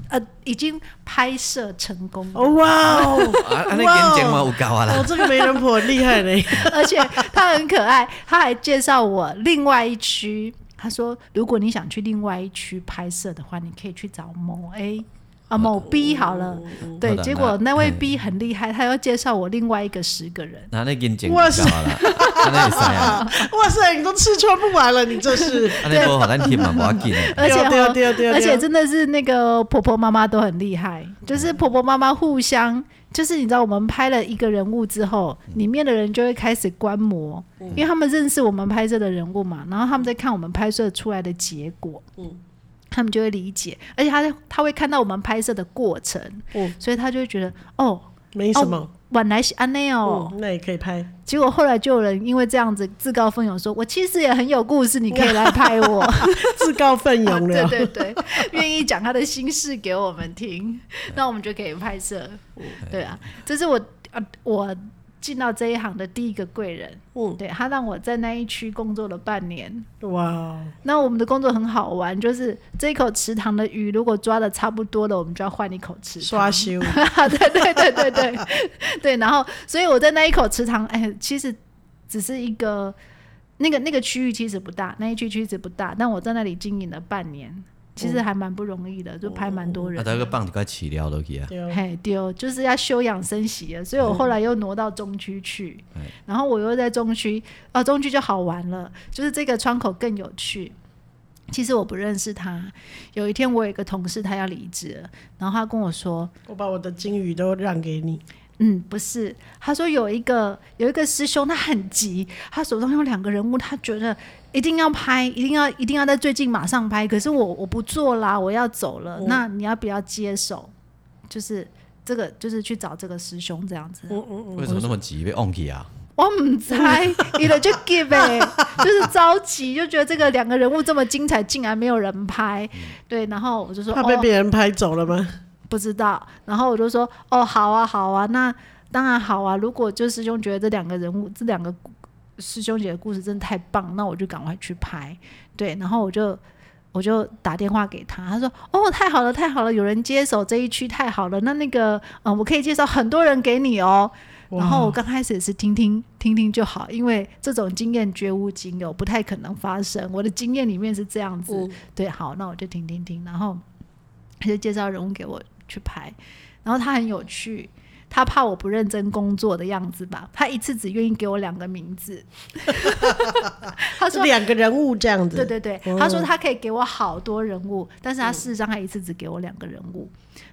Speaker 3: 呃，已经拍摄成功了
Speaker 2: 哦 哇哦！
Speaker 1: 啊安尼认真嘛有够啊
Speaker 2: 哦
Speaker 1: 啦，，
Speaker 2: 这个媒人婆很厉害嘞！
Speaker 3: 而且他很可爱，他还介绍我另外一区。他说，如果你想去另外一区拍摄的话，你可以去找某 A 啊某 B 好了。对
Speaker 1: 好，的
Speaker 3: 结果
Speaker 1: 那嗯
Speaker 3: 那位
Speaker 1: 嘿
Speaker 3: B 很厉害，他又介绍我另外一个十个人。
Speaker 1: 那你认真有够啊啦，安 尼会使啊，
Speaker 2: 哇塞，你都吃穿不完了，你这是
Speaker 1: 安尼无互咱翕嘛无要 紧诶。
Speaker 3: 而且
Speaker 2: 对啊
Speaker 3: 哦
Speaker 2: 对啊对啊对啊
Speaker 3: 而且真的是那个婆婆妈妈都很厉害，就是婆婆妈妈互相，就是你知道我们拍了一个人物之后，
Speaker 2: 嗯
Speaker 3: 里面的人就会开始观摩，因为他们认识我们拍摄的人物嘛，然后他们在看我们拍摄出来的结果，
Speaker 2: 嗯
Speaker 3: 他们就会理解，而且他他会看到我们拍摄的过程，
Speaker 2: 嗯
Speaker 3: 所以他就会觉得哦，
Speaker 2: 没什么。
Speaker 3: 晚来是安内哦
Speaker 2: 哦，，那也可以拍。
Speaker 3: 结果后来就有人因为这样子自告奋勇说，我其实也很有故事，你可以来拍我。
Speaker 2: 自告奋
Speaker 3: 啊
Speaker 2: 勇了。
Speaker 3: 对对对，愿意讲他的心事给我们听，那我们就可以拍摄。对啊，这是我啊我进到这一行的第一个贵人，
Speaker 2: 嗯，
Speaker 3: 对他让我在那一区工作了半年。
Speaker 2: 哇哦，
Speaker 3: 那我们的工作很好玩，就是这一口池塘的鱼如果抓的差不多了，我们就要换一口池塘。
Speaker 2: 刷修，
Speaker 3: 对对对对对对，然后所以我在那一口池塘，哎，其实只是一个那个那个区域其实不大，那一区其实不大，但我在那里经营了半年，其实还蛮不容易的，就拍蛮多
Speaker 1: 啊，
Speaker 3: 人。
Speaker 1: 大个放一块饲料落去啊，
Speaker 2: 对哦
Speaker 3: 嘿，丢就是要休养生息了，所以我后来又挪到中区去，
Speaker 1: 嗯
Speaker 3: 然后我又在中区，哦，中区就好玩了，就是这个窗口更有趣。其实我不认识他，有一天我有一个同事他要离职了，然后他跟我说，
Speaker 2: 我把我的金鱼都让给你，
Speaker 3: 嗯，不是，他说有一个有一个师兄，他很急，他手上有两个人物，他觉得一定要拍，一定要一定要在最近马上拍。可是我我不做啦，我要走了。
Speaker 2: 嗯
Speaker 3: 那你要不要接手？就是这个，就是去找这个师兄这样子。
Speaker 2: 嗯嗯
Speaker 1: 为什么那么急被忘记啊？
Speaker 3: 我 唔知，伊的就 give 哎、就是着急，就觉得这个两个人物这么精彩，竟然没有人拍。对，然后我就
Speaker 2: 嗯，
Speaker 3: 说
Speaker 2: 怕被
Speaker 3: 哦
Speaker 2: 别人拍走了吗？
Speaker 3: 不知道。然后我就说，哦，好啊，好啊，那当然好啊。如果就师兄觉得这两个人物，这两个故师兄姐的故事真的太棒，那我就赶快去拍。对，然后我就我就打电话给他，他说，哦，太好了，太好了，有人接手这一区，太好了。那那个，嗯，我可以介绍很多人给你哦。然后我刚开始也是听听听听就好，因为这种经验绝无仅有，不太可能发生。我的经验里面是这样子，
Speaker 2: 嗯
Speaker 3: 对，好，那我就听听听，然后他就介绍人物给我去拍，然后他很有趣。他怕我不认真工作的样子吧？他一次只愿意给我两个名字。 他
Speaker 2: 是
Speaker 3: 说
Speaker 2: 两个哦嗯人物这样：“子，
Speaker 3: 对对对，他说他可以给我好多人物，但是他事实上他一次只给我两个人物。”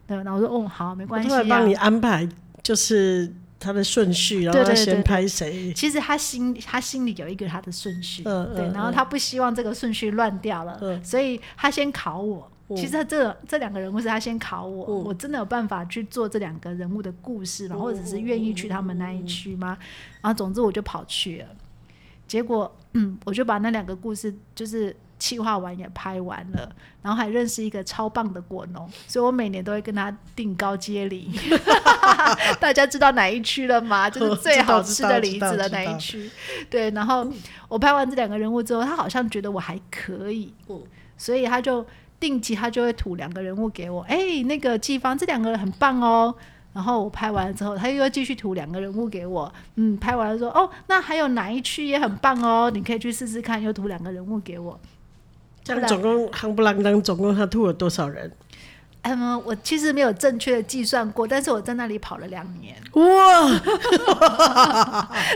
Speaker 3: 对，然后我说：“哦，好，没
Speaker 2: 我
Speaker 3: 关系、
Speaker 2: 都
Speaker 3: 啊。”
Speaker 2: 来帮你安排，就是他的顺序，然后
Speaker 3: 对对
Speaker 2: 要
Speaker 3: 对
Speaker 2: 先
Speaker 3: 对
Speaker 2: 拍谁，
Speaker 3: 其实他心他心里有一个他的顺序，
Speaker 2: 嗯
Speaker 3: 对，
Speaker 2: 嗯
Speaker 3: 然后他不希望这个顺序乱掉了，
Speaker 2: 嗯
Speaker 3: 所以他先考我。
Speaker 2: 嗯
Speaker 3: 其实他这这两个人物是他先考我，
Speaker 2: 嗯
Speaker 3: 我真的有办法去做这两个人物的故事吗？
Speaker 2: 嗯
Speaker 3: 或者是愿意去他们那一区吗？然后总之我就跑去了，结果嗯，我就把那两个故事就是企划完也拍完了，然后还认识一个超棒的果农，所以我每年都会跟他订高阶梨。 大家知道哪一区了吗？就
Speaker 2: 我
Speaker 3: 是
Speaker 2: 知
Speaker 3: 最
Speaker 2: 道
Speaker 3: 好
Speaker 2: 知
Speaker 3: 吃
Speaker 2: 道知
Speaker 3: 的梨
Speaker 2: 道
Speaker 3: 子的
Speaker 2: 知
Speaker 3: 那一
Speaker 2: 道
Speaker 3: 区。对，然后我拍完这两个人物之后，他好像觉得我还可以，
Speaker 2: 嗯
Speaker 3: 所以他就定期他就会吐两个人物给我。哎、那个季芳，这两个人很棒哦。然后我拍完了之后，他又要继续吐两个人物给我。嗯，拍完了说哦，那还有哪一区也很棒哦，你可以去试试看，又吐两个人物给我。
Speaker 2: 这样总共夯不啷当，总共他吐了多少人？
Speaker 3: 嗯，我其实没有正确的计算过，但是我在那里跑了两年。
Speaker 2: 哇，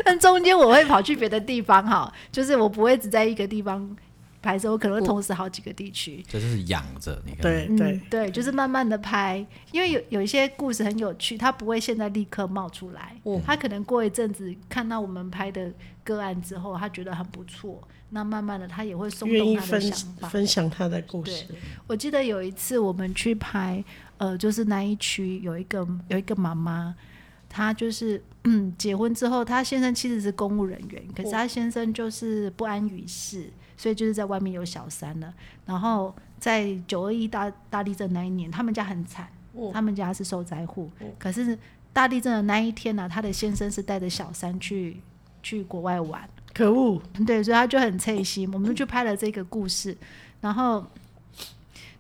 Speaker 3: 但中间我会跑去别的地方哈，就是我不会只在一个地方拍摄，我可能会同时好几个地区。
Speaker 1: 这就是养着，你看。啊
Speaker 2: 对
Speaker 3: 嗯
Speaker 2: 对，，
Speaker 3: 对，就是慢慢的拍，因为有有一些故事很有趣，它不会现在立刻冒出来，它可能过一阵子看到我们拍的个案之后，他觉得很不错，那慢慢的他也会松
Speaker 2: 愿
Speaker 3: 动
Speaker 2: 意
Speaker 3: 他的
Speaker 2: 分
Speaker 3: 想法。
Speaker 2: 分享他的故事，
Speaker 3: 我记得有一次我们去拍，呃，就是那一区有一个有一个妈妈，她就是嗯结婚之后，她先生其实是公务人员，可是她先生就是不安于世，所以就是在外面有小三了。然后在九二一大大地震那一年，他们家很惨，他们家是受灾户，可是大地震的那一天呢、啊她的先生是带着小三去去国外玩。
Speaker 2: 可恶，
Speaker 3: 对，所以他就很脆心，我们就去拍了这个故事。然后，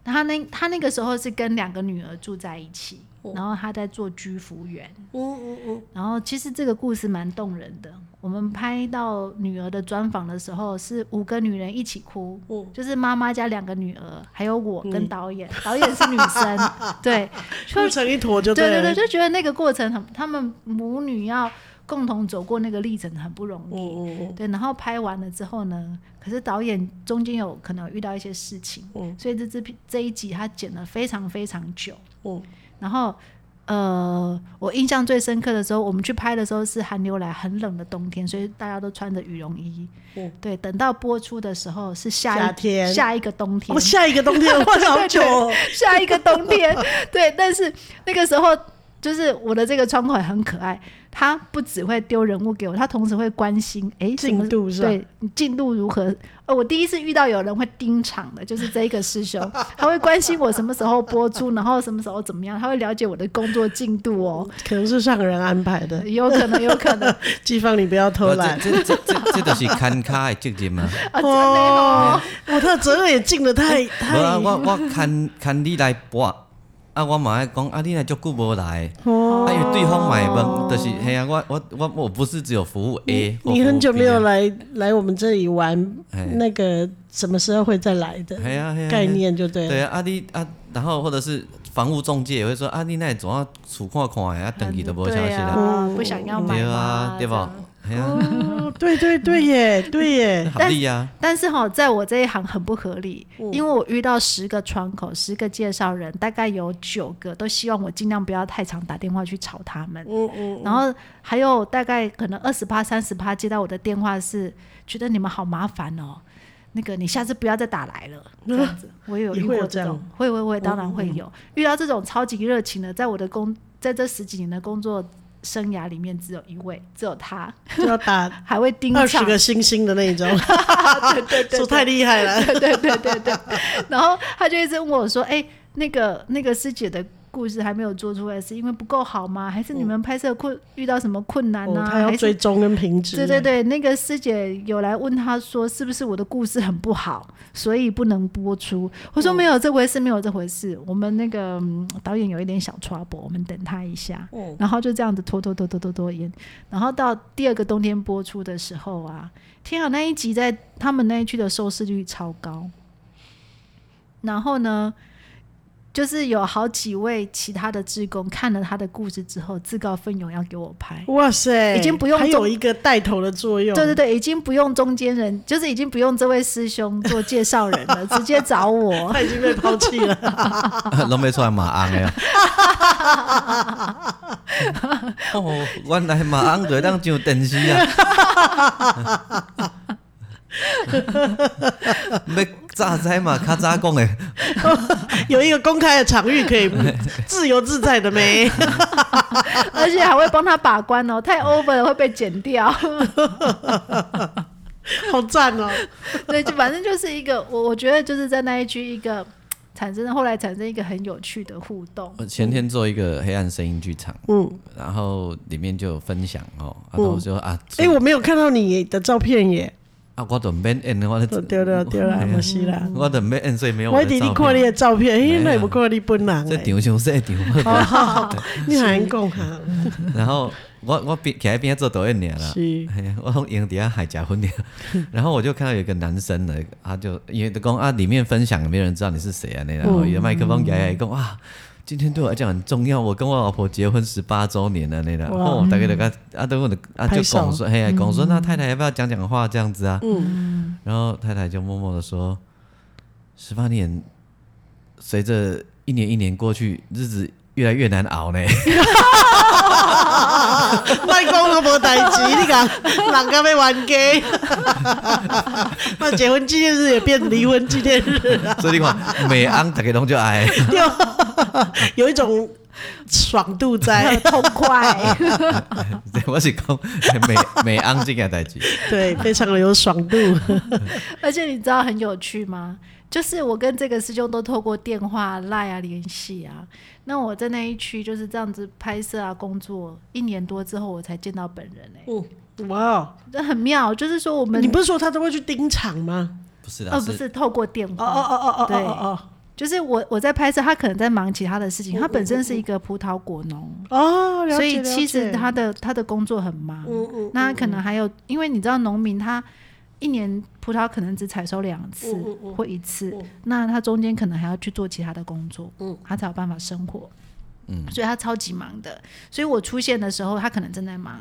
Speaker 3: 然后他那他那个时候是跟两个女儿住在一起，
Speaker 2: 哦
Speaker 3: 然后他在做居服员。
Speaker 2: 嗯嗯嗯，
Speaker 3: 然后其实这个故事蛮动人的。我们拍到女儿的专访的时候，是五个女人一起哭，
Speaker 2: 嗯
Speaker 3: 就是妈妈加两个女儿，还有我跟导演，导演是女 生，对，就
Speaker 2: 哭成一坨就
Speaker 3: 对
Speaker 2: 了。
Speaker 3: 对，就觉得那个过程很，他们母女要共同走过那个历程很不容易。
Speaker 2: 嗯嗯
Speaker 3: 对，然后拍完了之后呢，可是导演中间有可能有遇到一些事情，
Speaker 2: 嗯
Speaker 3: 所以这支片这一集他剪了非常非常久。
Speaker 2: 嗯
Speaker 3: 然后，呃，我印象最深刻的时候，我们去拍的时候是寒流来很冷的冬天，所以大家都穿着羽绒衣。
Speaker 2: 嗯
Speaker 3: 对，等到播出的时候是下一
Speaker 2: 夏天
Speaker 3: 下一个冬
Speaker 2: 嗯，
Speaker 3: 天
Speaker 2: 我，下一个冬天，我画了好久 哦。
Speaker 3: 下一个冬天。 对，但是那个时候就是我的这个窗口很可爱，他不只会丢人物给我，他同时会关心诶，什么
Speaker 2: 进度是吧
Speaker 3: 对进度如何？呃，我第一次遇到有人会盯场的，就是这一个师兄， 他会关心我什么时候播出，然后什么时候怎么样，他会了解我的工作进度哦，
Speaker 2: 可能是上人安排的，
Speaker 3: 有可能，有可能
Speaker 2: 季芳你不要偷懒。
Speaker 1: 这这这这这就是看卡的责 任啊！
Speaker 3: 啊，真的哦，
Speaker 2: 我的责任也尽的太
Speaker 1: 无
Speaker 2: 太
Speaker 1: 啊，我我看看你来播，啊，我嘛爱讲啊，你来足久无来，
Speaker 2: 哦，
Speaker 1: 啊，因为对方嘛会问，就是嘿啊，我我我我不是只有服务 A，或
Speaker 2: 你
Speaker 1: 服务
Speaker 2: 很久
Speaker 1: B
Speaker 2: 没有
Speaker 1: 啊，
Speaker 2: 来来我们这里玩
Speaker 1: 哎，
Speaker 2: 那个什么时候会再来的
Speaker 1: 嘿啊嘿啊，
Speaker 2: 概念就对了。
Speaker 1: 对啊，啊你啊，然后或者是房屋中介也会说啊，你那怎啊厝看看的啊， 等去都无消息
Speaker 3: 对
Speaker 1: 啦，
Speaker 3: 啊，不想要买
Speaker 1: 对
Speaker 3: 嘛
Speaker 1: 啊，，
Speaker 3: 这
Speaker 1: 对
Speaker 3: 样
Speaker 1: 不？嘿啊，
Speaker 2: 嗯哦对对对 耶，对耶，
Speaker 1: 合理啊，
Speaker 3: 但是哈，在我这一行很不合理，
Speaker 2: 嗯
Speaker 3: 因为我遇到十个窗口、十个介绍人，大概有九个都希望我尽量不要太常打电话去吵他们。
Speaker 2: 嗯嗯，
Speaker 3: 然后还有大概可能二十趴、三十趴接到我的电话是，觉得你们好麻烦哦，那个你下次不要再打来了，这样子。我也有
Speaker 2: 也
Speaker 3: 遇
Speaker 2: 会有这
Speaker 3: 过
Speaker 2: 嗯
Speaker 3: 这
Speaker 2: 样
Speaker 3: 种，会会会，当然会有、遇到这种超级热情的，在我的工在这十几年的工作生涯里面，只有一位，只有他，
Speaker 2: 就要打
Speaker 3: 还会盯
Speaker 2: 二十
Speaker 3: 场
Speaker 2: 个星星的那一种，
Speaker 3: 对对对
Speaker 2: 说太厉害了。
Speaker 3: 对对对对对。然后他就一直问我说：“哎、那个那个师姐的故事还没有做出来，是因为不够好吗？还是你们拍摄困、遇到什么困难
Speaker 2: 哦
Speaker 3: 啊？
Speaker 2: 他要
Speaker 3: 还
Speaker 2: 追
Speaker 3: 是
Speaker 2: 踪跟评啊值，
Speaker 3: 对对对，那个师姐有来问他说，是不是我的故事很不好，所以不能播出？我
Speaker 2: 哦
Speaker 3: 说没有这回事，没有这回事。我们那个、嗯导演有一点小 trouble，我们等他一下。
Speaker 2: 嗯
Speaker 3: 然后就这样子拖拖拖拖拖拖延，然后到第二个冬天播出的时候啊，天啊，那一集在他们那一区的收视率超高。然后呢，就是有好几位其他的志工看了他的故事之后，自告奋勇要给我拍。
Speaker 2: 哇塞，
Speaker 3: 已经不用
Speaker 2: 还有
Speaker 3: 中
Speaker 2: 一个带头的作用，
Speaker 3: 对对对，已经不用中间人，就是已经不用这位师兄做介绍人了，直接找我。
Speaker 2: 哦 他已经被抛弃了，
Speaker 1: 拢要出来马昂的啊！ 哦，原来马昂就当上电视 啊！要早知嘛，较早讲的，
Speaker 2: 有一个公开的场域可以自由自在的没，
Speaker 3: 而且还会帮他把关哦，太 over 了会被剪掉。
Speaker 2: 好赞哦！
Speaker 3: 对，就反正就是一个，我我觉得就是在那一区一个产生，后来产生一个很有趣的互动。
Speaker 2: 哦
Speaker 1: 我前天做一个黑暗声音剧场，
Speaker 2: 嗯，
Speaker 1: 然后里面就有分享哦，啊，然后我就啊，
Speaker 2: 哎，我没有看到你的照片耶，
Speaker 1: 啊，我都免演的，我
Speaker 2: 哦
Speaker 1: 都
Speaker 2: 对了 对了，没事啦。
Speaker 1: 我都免演，所嗯以没有
Speaker 2: 我
Speaker 1: 我
Speaker 2: 一直
Speaker 1: 的
Speaker 2: 你
Speaker 1: 照
Speaker 2: 看你
Speaker 1: 片。
Speaker 2: 的照片，
Speaker 1: 没
Speaker 2: 哎，
Speaker 1: 有
Speaker 2: 那也不看你本人
Speaker 1: 这
Speaker 2: 嘞，
Speaker 1: 场伤细
Speaker 2: 哦
Speaker 1: 场，
Speaker 2: 你还能讲哈？
Speaker 1: 然后我我边徛在边做导演尔啦。
Speaker 2: 是，
Speaker 1: 哎呀，我从营底下海结婚了， 然后我就看到有一个男生呢，他就因为讲啊，里面分享没人知道你是谁啊，那然后一个麦克风给他讲哇，今天对我来讲很重要，我跟我老婆结婚十八周年了，那个
Speaker 2: 哇
Speaker 1: 哦，大概大概啊，等我的啊就
Speaker 2: 拍手
Speaker 1: 讲说，哎呀，讲说那太太要不要讲讲话这样子啊？然后太太就默默的说，十八年，随着一年一年过去，日子越来越难熬呢。
Speaker 2: 卖讲都无代志，你讲人家要冤家， 那结婚纪念日也变离婚纪念日，
Speaker 1: 所以你看，每昂大家拢就爱。
Speaker 2: 有一种爽度在，
Speaker 3: 痛快，
Speaker 1: 我是讲美美安这件代志，
Speaker 2: 对，非常的有爽度。
Speaker 3: 而且你知道很有趣吗？就是我跟这个师兄都透过电话、赖啊联系啊。那我在那一区就是这样子拍摄啊工作，一年多之后我才见到本人哎、
Speaker 2: 嗯，哇哦，
Speaker 3: 这很妙。就是说我们
Speaker 2: 你不是说他都会去盯场吗？
Speaker 1: 不是
Speaker 3: 呃
Speaker 1: 的，
Speaker 3: 不
Speaker 1: 是
Speaker 3: 是透过电话
Speaker 2: 哦哦哦哦哦
Speaker 3: 对
Speaker 2: 哦
Speaker 3: 就是我我在拍摄，他可能在忙其他的事
Speaker 2: 嗯
Speaker 3: 情，他本身是一个葡萄果农，
Speaker 2: 哦哦，了解
Speaker 3: 所以其
Speaker 2: 了
Speaker 3: 实
Speaker 2: 解
Speaker 3: 他的他的工作很忙。
Speaker 2: 嗯嗯，
Speaker 3: 那他可能还有，因为你知道农民他一年葡萄可能只采收两次
Speaker 2: 嗯嗯嗯
Speaker 3: 或一次
Speaker 2: 嗯，
Speaker 3: 那他中间可能还要去做其他的工作
Speaker 2: 嗯，
Speaker 3: 他才有办法生活。
Speaker 1: 嗯
Speaker 3: 所以他超级忙的。所以我出现的时候，他可能正在忙。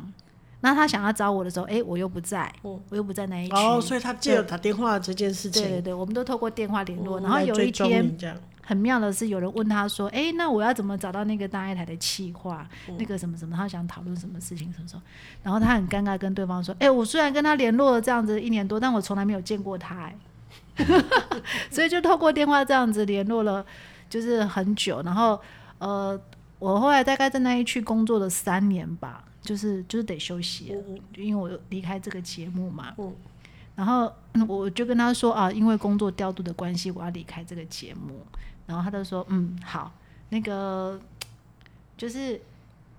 Speaker 3: 那他想要找我的时候，哎，我又不在，
Speaker 2: 嗯
Speaker 3: 我又不在那一区。
Speaker 2: 哦，所以他借由打电话这件事
Speaker 3: 对对
Speaker 2: 情，
Speaker 3: 对，我们都透过电话联络。
Speaker 2: 嗯
Speaker 3: 然后
Speaker 2: 来
Speaker 3: 有
Speaker 2: 追
Speaker 3: 一
Speaker 2: 踪
Speaker 3: 天，
Speaker 2: 你这样，
Speaker 3: 很妙的是，有人问他说：“哎、那我要怎么找到那个大爱台的企划？那个什么什么，他想讨论什么事情什么什么。”然后他很尴尬跟对方说：“哎、我虽然跟他联络了这样子一年多，但我从来没有见过他、哎， 所以就透过电话这样子联络了，就是很久。然后呃，我后来大概在那一区工作了三年吧，就是就是得休息
Speaker 2: 哦
Speaker 3: 了，就因为我离开这个节目嘛。
Speaker 2: 嗯
Speaker 3: 然后嗯我就跟他说啊，因为工作调度的关系，我要离开这个节目。然后他就说，嗯，好，那个就是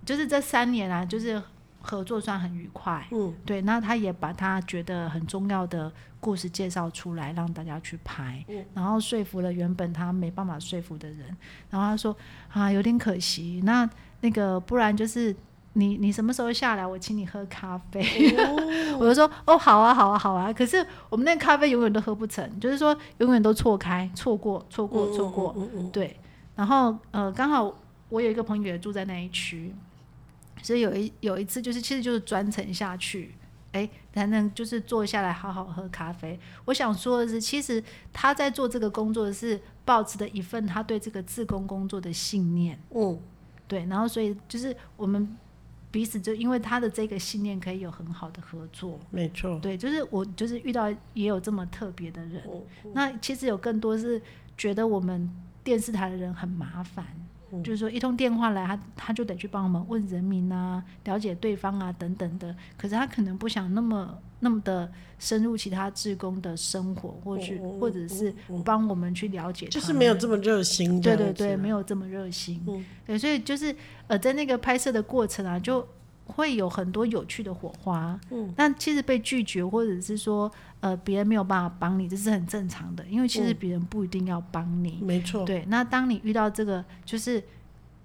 Speaker 3: 就是这三年啊，就是合作算很愉快。
Speaker 2: 嗯
Speaker 3: 对，那他也把他觉得很重要的故事介绍出来，让大家去拍，
Speaker 2: 嗯
Speaker 3: 然后说服了原本他没办法说服的人。然后他说啊，有点可惜，那那个不然就是你你什么时候下来，我请你喝咖啡。
Speaker 2: 哎
Speaker 3: 我就说哦，好啊，好啊，好啊。可是我们那个咖啡永远都喝不成，就是说永远都错开，错过，错过，错过。
Speaker 2: 嗯嗯
Speaker 3: 对，然后呃，刚好我有一个朋友也住在那一区，所以有一有一次就是其实就是专程下去，哎，才能就是坐下来好好喝咖啡。我想说的是，其实他在做这个工作是抱持的一份他对这个自工工作的信念，
Speaker 2: 嗯
Speaker 3: 对，然后所以就是我们彼此就因为他的这个信念可以有很好的合作
Speaker 2: 嗯，，没错，
Speaker 3: 对，就是我就是遇到也有这么特别的人。
Speaker 2: 嗯
Speaker 3: 那其实有更多是觉得我们电视台的人很麻烦，
Speaker 2: 嗯
Speaker 3: 就是说一通电话来，他他就得去帮我们问人名啊、了解对方啊等等的。可是他可能不想那么那么的深入其他职工的生活，或去、
Speaker 2: 嗯嗯
Speaker 3: 或者是帮我们去了解他
Speaker 2: 就
Speaker 3: 们，
Speaker 2: 是没有这么啊热心，
Speaker 3: 对对对，没
Speaker 2: 有，
Speaker 3: 有这么热心。
Speaker 2: 嗯
Speaker 3: 对，所以就是呃，在那个拍摄的过程啊，就会有很多有趣的火花。
Speaker 2: 嗯，
Speaker 3: 但其实被拒绝或者是说呃别人没有办法帮你，这是很正常的，因为其实
Speaker 2: 嗯
Speaker 3: 别人不一定要帮你。
Speaker 2: 没错，
Speaker 3: 对，那当你遇到这个，就是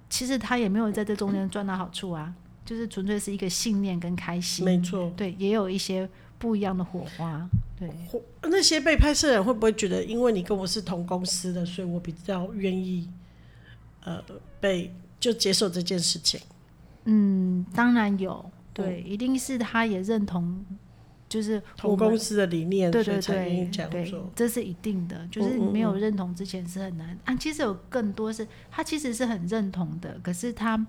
Speaker 3: 其实他也没有在这中间赚到好处啊，就是纯粹是一个信念跟开心。
Speaker 2: 没错。
Speaker 3: 对，也有一些不一样的火花。对，
Speaker 2: 或那些被拍摄的人会不会觉得，因为你跟我是同公司的，所以我比较愿意，呃，被就接受这件事情？
Speaker 3: 嗯，当然有，对，一定是他也认同，就是我
Speaker 2: 同
Speaker 3: 们
Speaker 2: 公司的理念，
Speaker 3: 对对
Speaker 2: 所以才愿意
Speaker 3: 对
Speaker 2: 这样
Speaker 3: 对
Speaker 2: 做，。
Speaker 3: 这是一定的，就是
Speaker 2: 嗯嗯
Speaker 3: 没有
Speaker 2: 嗯
Speaker 3: 认同之前是很难。啊，其实有更多是他其实是很认同的，可是他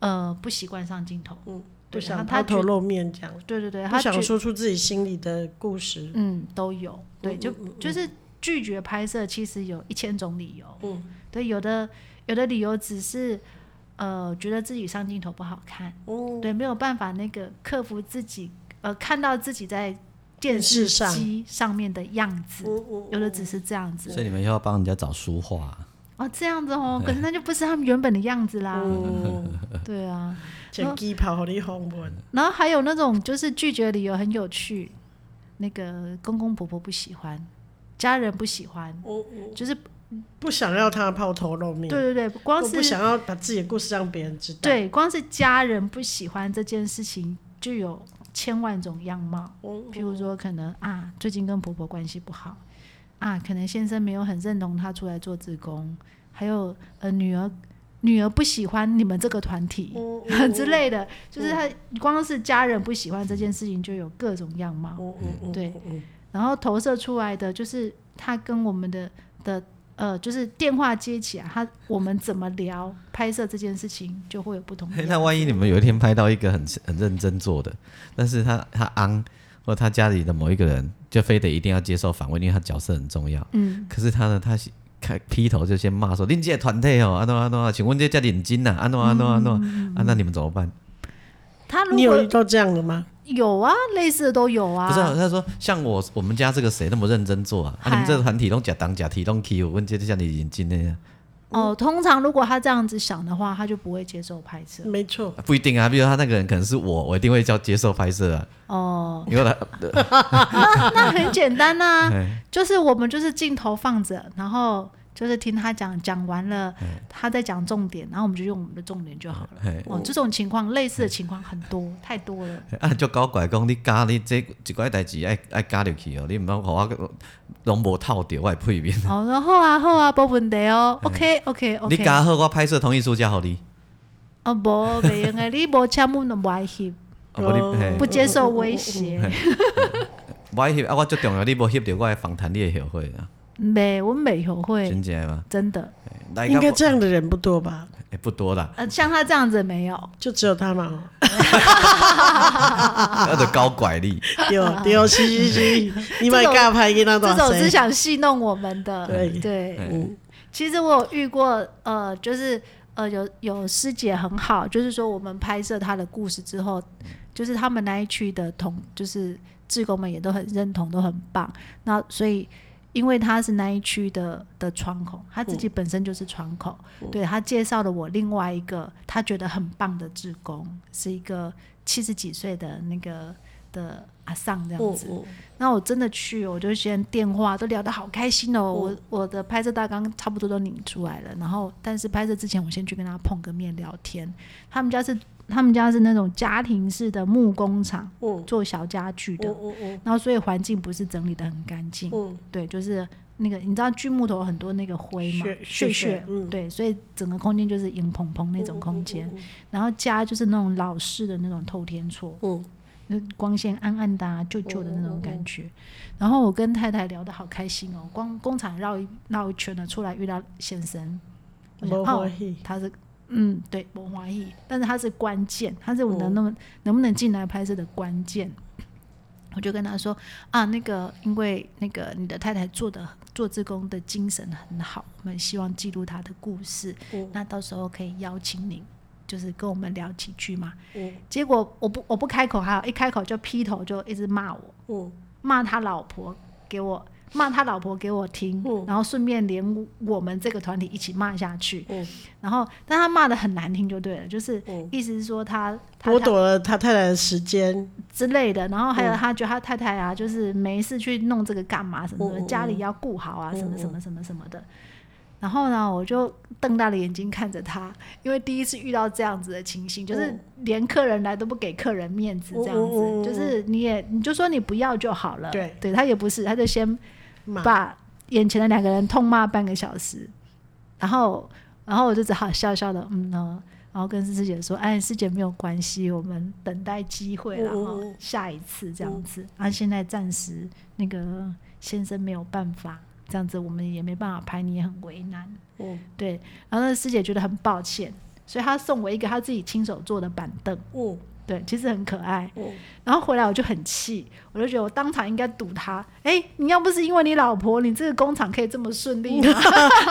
Speaker 3: 呃不习惯上镜头，
Speaker 2: 嗯，
Speaker 3: 对
Speaker 2: 不
Speaker 3: 他
Speaker 2: 想
Speaker 3: 他
Speaker 2: 抛
Speaker 3: 觉
Speaker 2: 头露面这样，
Speaker 3: 对对对，
Speaker 2: 不
Speaker 3: 他
Speaker 2: 想
Speaker 3: 觉
Speaker 2: 说出自己心里的故事。
Speaker 3: 嗯都有，对，
Speaker 2: 嗯
Speaker 3: 就
Speaker 2: 嗯嗯
Speaker 3: 就是拒绝拍摄，其实有一千种理由，
Speaker 2: 嗯，
Speaker 3: 对，有的有的理由只是呃觉得自己上镜头不好看，
Speaker 2: 嗯，
Speaker 3: 对，没有办法那个克服自己呃看到自己在电
Speaker 2: 电视
Speaker 3: 视
Speaker 2: 上
Speaker 3: 机上面的样子，
Speaker 2: 嗯嗯
Speaker 3: 有的只是这样子，
Speaker 1: 所以你们又要帮人家找书画啊，
Speaker 3: 哦，这样子哦，可是那就不是他们原本的样子啦。
Speaker 2: 嗯，
Speaker 3: 对啊，
Speaker 2: 剪鸡跑好你红文，
Speaker 3: 然后还有那种就是拒绝理由很有趣，那个公公婆婆不喜欢，家人不喜欢，
Speaker 2: 嗯嗯，
Speaker 3: 就是
Speaker 2: 不想要他抛头露面，
Speaker 3: 对，对对，光
Speaker 2: 我不
Speaker 3: 是
Speaker 2: 想要把自己的故事让别人知道。，
Speaker 3: 对光是家人不喜欢这件事情就有千万种样貌。
Speaker 2: 嗯
Speaker 3: 譬如说，可能啊，最近跟婆婆关系不好，啊，可能先生没有很认同她出来做志工，还有呃，女儿女儿不喜欢你们这个团体、
Speaker 2: 嗯嗯嗯
Speaker 3: 之类的，就是她光是家人不喜欢这件事情，就有各种样貌。
Speaker 2: 嗯嗯嗯，
Speaker 3: 对
Speaker 2: 嗯，
Speaker 3: 然后投射出来的就是他跟我们的的呃，就是电话接起来，他我们怎么聊拍摄这件事情，就会有不同的
Speaker 1: 嘿
Speaker 3: 样貌。
Speaker 1: 那万一你们有一天拍到一个很很认真做的，但是他他昂或者他家里的某一个人就非得一定要接受访问，因为他角色很重要。
Speaker 3: 嗯，
Speaker 1: 可是他呢，他喜开劈头就先骂说：“恁这个团体哦，安诺安诺，请问这叫领巾啊呐？安诺安诺安诺
Speaker 3: 嗯
Speaker 1: 啊，那你们怎么办？”
Speaker 3: 他如
Speaker 2: 你有遇
Speaker 3: 果
Speaker 2: 到这样的吗？
Speaker 3: 有啊，类似的都有啊。
Speaker 1: 不是、啊，他说像我我们家这个谁那么认真做啊？啊，你们
Speaker 3: 嗨
Speaker 1: 这个团体拢假当假提拢 K，我问这就像你领巾那样，
Speaker 3: 哦，通常如果他这样子想的话，他就不会接受拍摄。
Speaker 2: 没错，
Speaker 1: 啊不一定啊。比如他那个人可能是我，我一定会叫接受拍摄啊，
Speaker 3: 哦，
Speaker 1: 因为他
Speaker 3: 那很简单呐、
Speaker 1: 哎
Speaker 3: 就是我们就是镜头放着，然后就是听他讲，讲完了他在讲重点，然后我们就用我们的重点就好了。
Speaker 1: 哎
Speaker 3: 哦，这种情况类似的情况很多，太多了。
Speaker 1: 啊，就搞怪讲你加你这一寡代志爱爱加入去哦，你毋通互我拢无套着我的配面。
Speaker 3: 哦，然后啊，好啊，没问题哦。OK OK
Speaker 1: 你
Speaker 3: OK。
Speaker 1: 加好我拍摄同意书才互你，
Speaker 3: 哦，无，袂用的，你无签我就不爱翕，
Speaker 1: 啊无
Speaker 2: 哦
Speaker 1: 你嘿
Speaker 3: 不接受威胁。
Speaker 1: 我翕啊，我最重要，你无翕着我的访谈，你会后悔啊，
Speaker 3: 没，我没后悔
Speaker 1: 真，正吗？
Speaker 3: 真的。
Speaker 1: 来
Speaker 2: 应该
Speaker 1: 到
Speaker 2: 这样的人不多吧？
Speaker 1: 哎不多啦，
Speaker 3: 呃，像他这样子没有。
Speaker 2: 就只有他嘛。啊
Speaker 1: 那就搞怪你。
Speaker 2: 丢丢，是是是，你买尬拍给他多
Speaker 3: 这
Speaker 2: 少
Speaker 3: 种是
Speaker 2: 岁？
Speaker 3: 想戏弄我们的，
Speaker 2: 对
Speaker 1: 嗯
Speaker 3: 其实我有遇过，呃，就是呃，有有师姐很好，就是说我们拍摄她的故事之后，就是他们那一区的同，就是志工们也都很认同，都很棒。那所以，因为她是那一区的的窗口，她自
Speaker 2: 嗯
Speaker 3: 己本身就是窗口，对她介绍了我另外一个她觉得很棒的志工，是一个七十几岁的那个的阿桑这样
Speaker 2: 嗯
Speaker 3: 子。
Speaker 2: 嗯，
Speaker 3: 那我真的去，我就先电话都聊得好开心哦。我我的拍摄大纲差不多都拧出来了，然后但是拍摄之前，我先去跟他碰个面聊天。他们家是他们家是那种家庭式的木工厂，
Speaker 2: 嗯
Speaker 3: 做小家具的，
Speaker 2: 嗯嗯
Speaker 3: 然后所以环境不是整理得很干净，
Speaker 2: 嗯
Speaker 3: 对，就是那个你知道锯木头很多那个灰嘛
Speaker 2: 屑，
Speaker 3: 屑
Speaker 2: 屑屑嗯哦
Speaker 3: 对，所以整个空间就是硬蓬蓬那种空间，然后家就是那种老式的那种透天厝，
Speaker 2: 嗯
Speaker 3: 那光线暗暗的、啊、旧旧的那种感觉。然后我跟太太聊得好开心哦，光工厂绕一绕一圈呢，出来遇到先生，我
Speaker 2: 嗯，
Speaker 3: 想
Speaker 2: 不
Speaker 3: 哦
Speaker 2: 欢，喜。
Speaker 3: 他是嗯对，我怀疑，但是他是关键，他是我能能、能不能进来拍摄的关键。我就跟他说啊，那个因为那个你的太太做的做志工的精神很好，我们希望记录她的故事，
Speaker 2: 嗯
Speaker 3: 那到时候可以邀请你，就是跟我们聊几句嘛。
Speaker 2: 嗯
Speaker 3: 结果我不我不开口，还有一开口就劈头就一直骂我，
Speaker 2: 嗯
Speaker 3: 骂他老婆给我骂他老婆给我听，
Speaker 2: 嗯
Speaker 3: 然后顺便连我们这个团体一起骂下去。
Speaker 2: 嗯
Speaker 3: 然后但他骂的很难听就对了，就是
Speaker 2: 嗯，
Speaker 3: 意思是说他他
Speaker 2: 剥
Speaker 3: 他
Speaker 2: 夺了他太太的时间。
Speaker 3: 之类的，然后还有
Speaker 2: 嗯
Speaker 3: 他觉得他太太啊，就是没事去弄这个干嘛什么的，
Speaker 2: 嗯嗯嗯
Speaker 3: 家里要顾好啊，
Speaker 2: 嗯
Speaker 3: 什么什么什么什么的。然后呢，我就瞪大了眼睛看着他，因为第一次遇到这样子的情形，就是
Speaker 2: 嗯
Speaker 3: 连客人来都不给客人面子，这样子，
Speaker 2: 嗯嗯嗯嗯
Speaker 3: 就是你也你就说你不要就好了。
Speaker 2: 对
Speaker 3: 对他也不是，他就先
Speaker 2: 嘛
Speaker 3: 把眼前的两个人痛骂半个小时，然后，然后我就只好笑笑的，嗯哦，然后跟师姐说，哎，师姐没有关系，我们等待机会啦，然
Speaker 2: 嗯嗯
Speaker 3: 后
Speaker 2: 嗯
Speaker 3: 下一次这样子。啊，现在暂时那个先生没有办法，这样子我们也没办法拍，你也很为难，
Speaker 2: 嗯
Speaker 3: 对。然后那师姐觉得很抱歉，所以她送我一个她自己亲手做的板凳，
Speaker 2: 嗯
Speaker 3: 对，其实很可爱。
Speaker 2: 嗯
Speaker 3: 然后回来我就很气，我就觉得我当场应该堵他。哎，你要不是因为你老婆，你这个工厂可以这么顺利吗？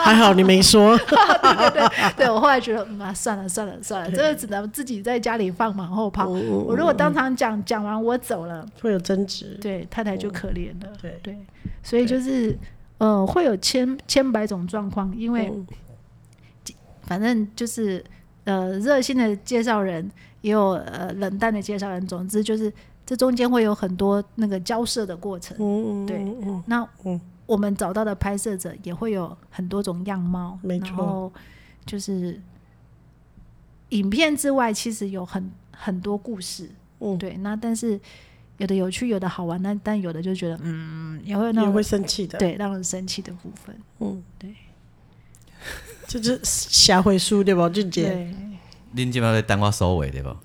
Speaker 2: 还好你没说。
Speaker 3: 对对 对，对我后来觉得，嗯、啊，算了算了算了，这个只能自己在家里放马后炮。我如果当场讲讲完我走了，
Speaker 2: 会有争执。
Speaker 3: 对太太就可怜了。
Speaker 2: 对
Speaker 3: 对，所以就是，呃，会有千千百种状况，因为
Speaker 2: 嗯
Speaker 3: 反正就是，呃，热心的介绍人也有呃冷淡的介绍人，总之就是这中间会有很多那个交涉的过程。
Speaker 2: 嗯，嗯
Speaker 3: 对
Speaker 2: 嗯嗯
Speaker 3: 那
Speaker 2: 嗯
Speaker 3: 我们找到的拍摄者也会有很多种样貌，
Speaker 2: 没错
Speaker 3: 然后就是影片之外，其实有很很多故事。
Speaker 2: 嗯，
Speaker 3: 对，那但是有的有趣，有的好玩，那但有的就觉得嗯，也会有那
Speaker 2: 也
Speaker 3: 种
Speaker 2: 会生气的。，
Speaker 3: 对让人生气的部分。
Speaker 2: 嗯，
Speaker 3: 对
Speaker 2: 就是下回书对吧，俊杰？
Speaker 3: 对，
Speaker 1: 恁即摆咧等我收尾对无？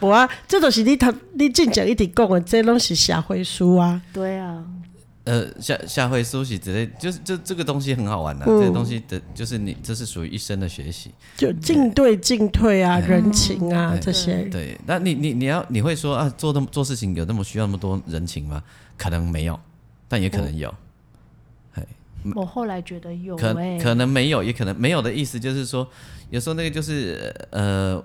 Speaker 2: 无啊，这都是你头你进前一直讲的，这拢是社会书啊。
Speaker 3: 对啊，
Speaker 1: 呃，下下回梳洗之类，就是这这个东西很好玩的、
Speaker 2: 嗯
Speaker 1: 这个东西的就是你这是属于一生的学习。
Speaker 2: 就进对进退啊，
Speaker 1: 嗯
Speaker 2: 人情啊
Speaker 1: 嗯
Speaker 2: 这些，
Speaker 1: 对，那你你你要你会说啊，做那么做事情有那么需要那么多人情吗？可能没有，但也可能有，
Speaker 3: 我后来觉得有
Speaker 1: 嗯可
Speaker 3: 哎、
Speaker 1: 可能没有，也可能没有的意思就是说，有时候那个就是呃，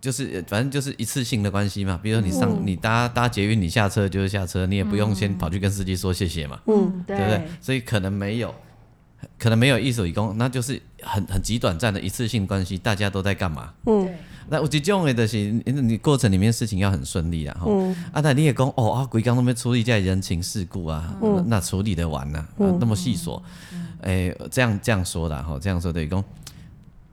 Speaker 1: 就是反正就是一次性的关系嘛。比如说你上、你搭搭捷运，你下车就是下车，你也不用先跑去跟司机说谢谢嘛，
Speaker 3: 嗯，
Speaker 1: 嗯对不对？所以可能没有，可能没有一手一工，那就是很很极短暂的一次性关系，大家都在干嘛？
Speaker 3: 对，
Speaker 1: 那有一种的就是你你过程里面事情要很顺利啊，吼、啊，但你也讲哦啊，鬼刚那边处理在人情世故啊，那那处理得完呐、啊那么细琐，诶、这样这样说的吼，这样说等于讲，